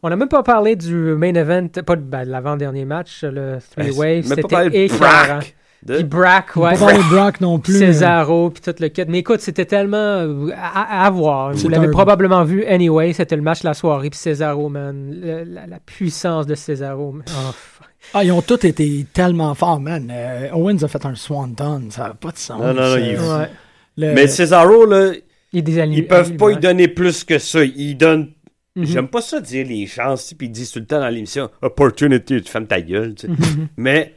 On n'a même pas parlé du main event, pas de, ben, de l'avant-dernier match, le Three
Ben,
Way.
c'est- même pas
C'était
parlé de
éclairant.
Brack. De-
Puis Brack, ouais.
Paul Brock non plus. euh.
Cesaro, puis tout le kit. Mais écoute, c'était tellement euh, à, à- à voir.
C'est
Vous l'avez
un-
probablement vu anyway. C'était le match de la soirée. Puis Cesaro, man. Le- la, la puissance de Cesaro. man. Oh, fuck.
Ah, ils ont tous été tellement forts, man. Euh, Owens a fait un swanton, ça n'a pas de sens.
Non, non, non, il-
Euh,
Ouais.
le-
Mais Cesaro, là,
Il est désaligné.
ils peuvent pas
Ouais.
y donner plus que ça. Ils donnent.
Mhm.
J'aime pas ça dire les chances, tu sais, puis ils disent tout le temps dans l'émission Opportunity, tu fermes ta gueule, tu sais.
Mm-hmm.
Mais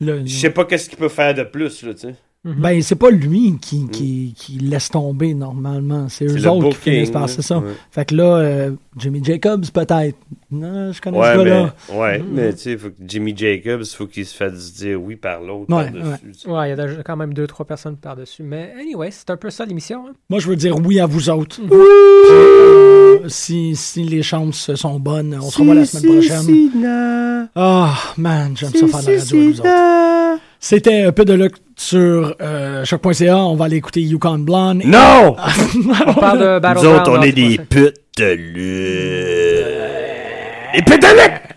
le-
je sais pas qu'est-ce qu'il peut faire de plus, là, tu sais.
Ben, c'est pas lui qui, qui, qui laisse tomber normalement. C'est
Mm.
eux
C'est le
autres qui
booking,
finissent par
là.
c'est ça.
Ouais.
Fait que là, euh, Jimmy Jacobs, peut-être. Non, je connais ce
Ouais,
gars-là. Mm.
mais, ouais, mais tu sais, faut que Jimmy Jacobs, faut qu'il se fasse dire oui par l'autre.
Ouais,
par-dessus, tu sais.
Ouais, il y a déjà quand même deux, trois personnes par-dessus. Mais anyway, c'est un peu ça l'émission. hein.
Moi, je veux dire oui à vous autres. Euh, Si, si les chances sont bonnes, on se revoit la semaine prochaine. Ah, man, j'aime ça faire de la radio avec vous autres. C'était un peu de luck sur euh, choc.ca. On va aller écouter Yukon Blonde.
Non!
On parle de
Nous
Battleground.
autres, on
dans
est
ce
des
prochain.
putes de lutte. Des putes de lutte!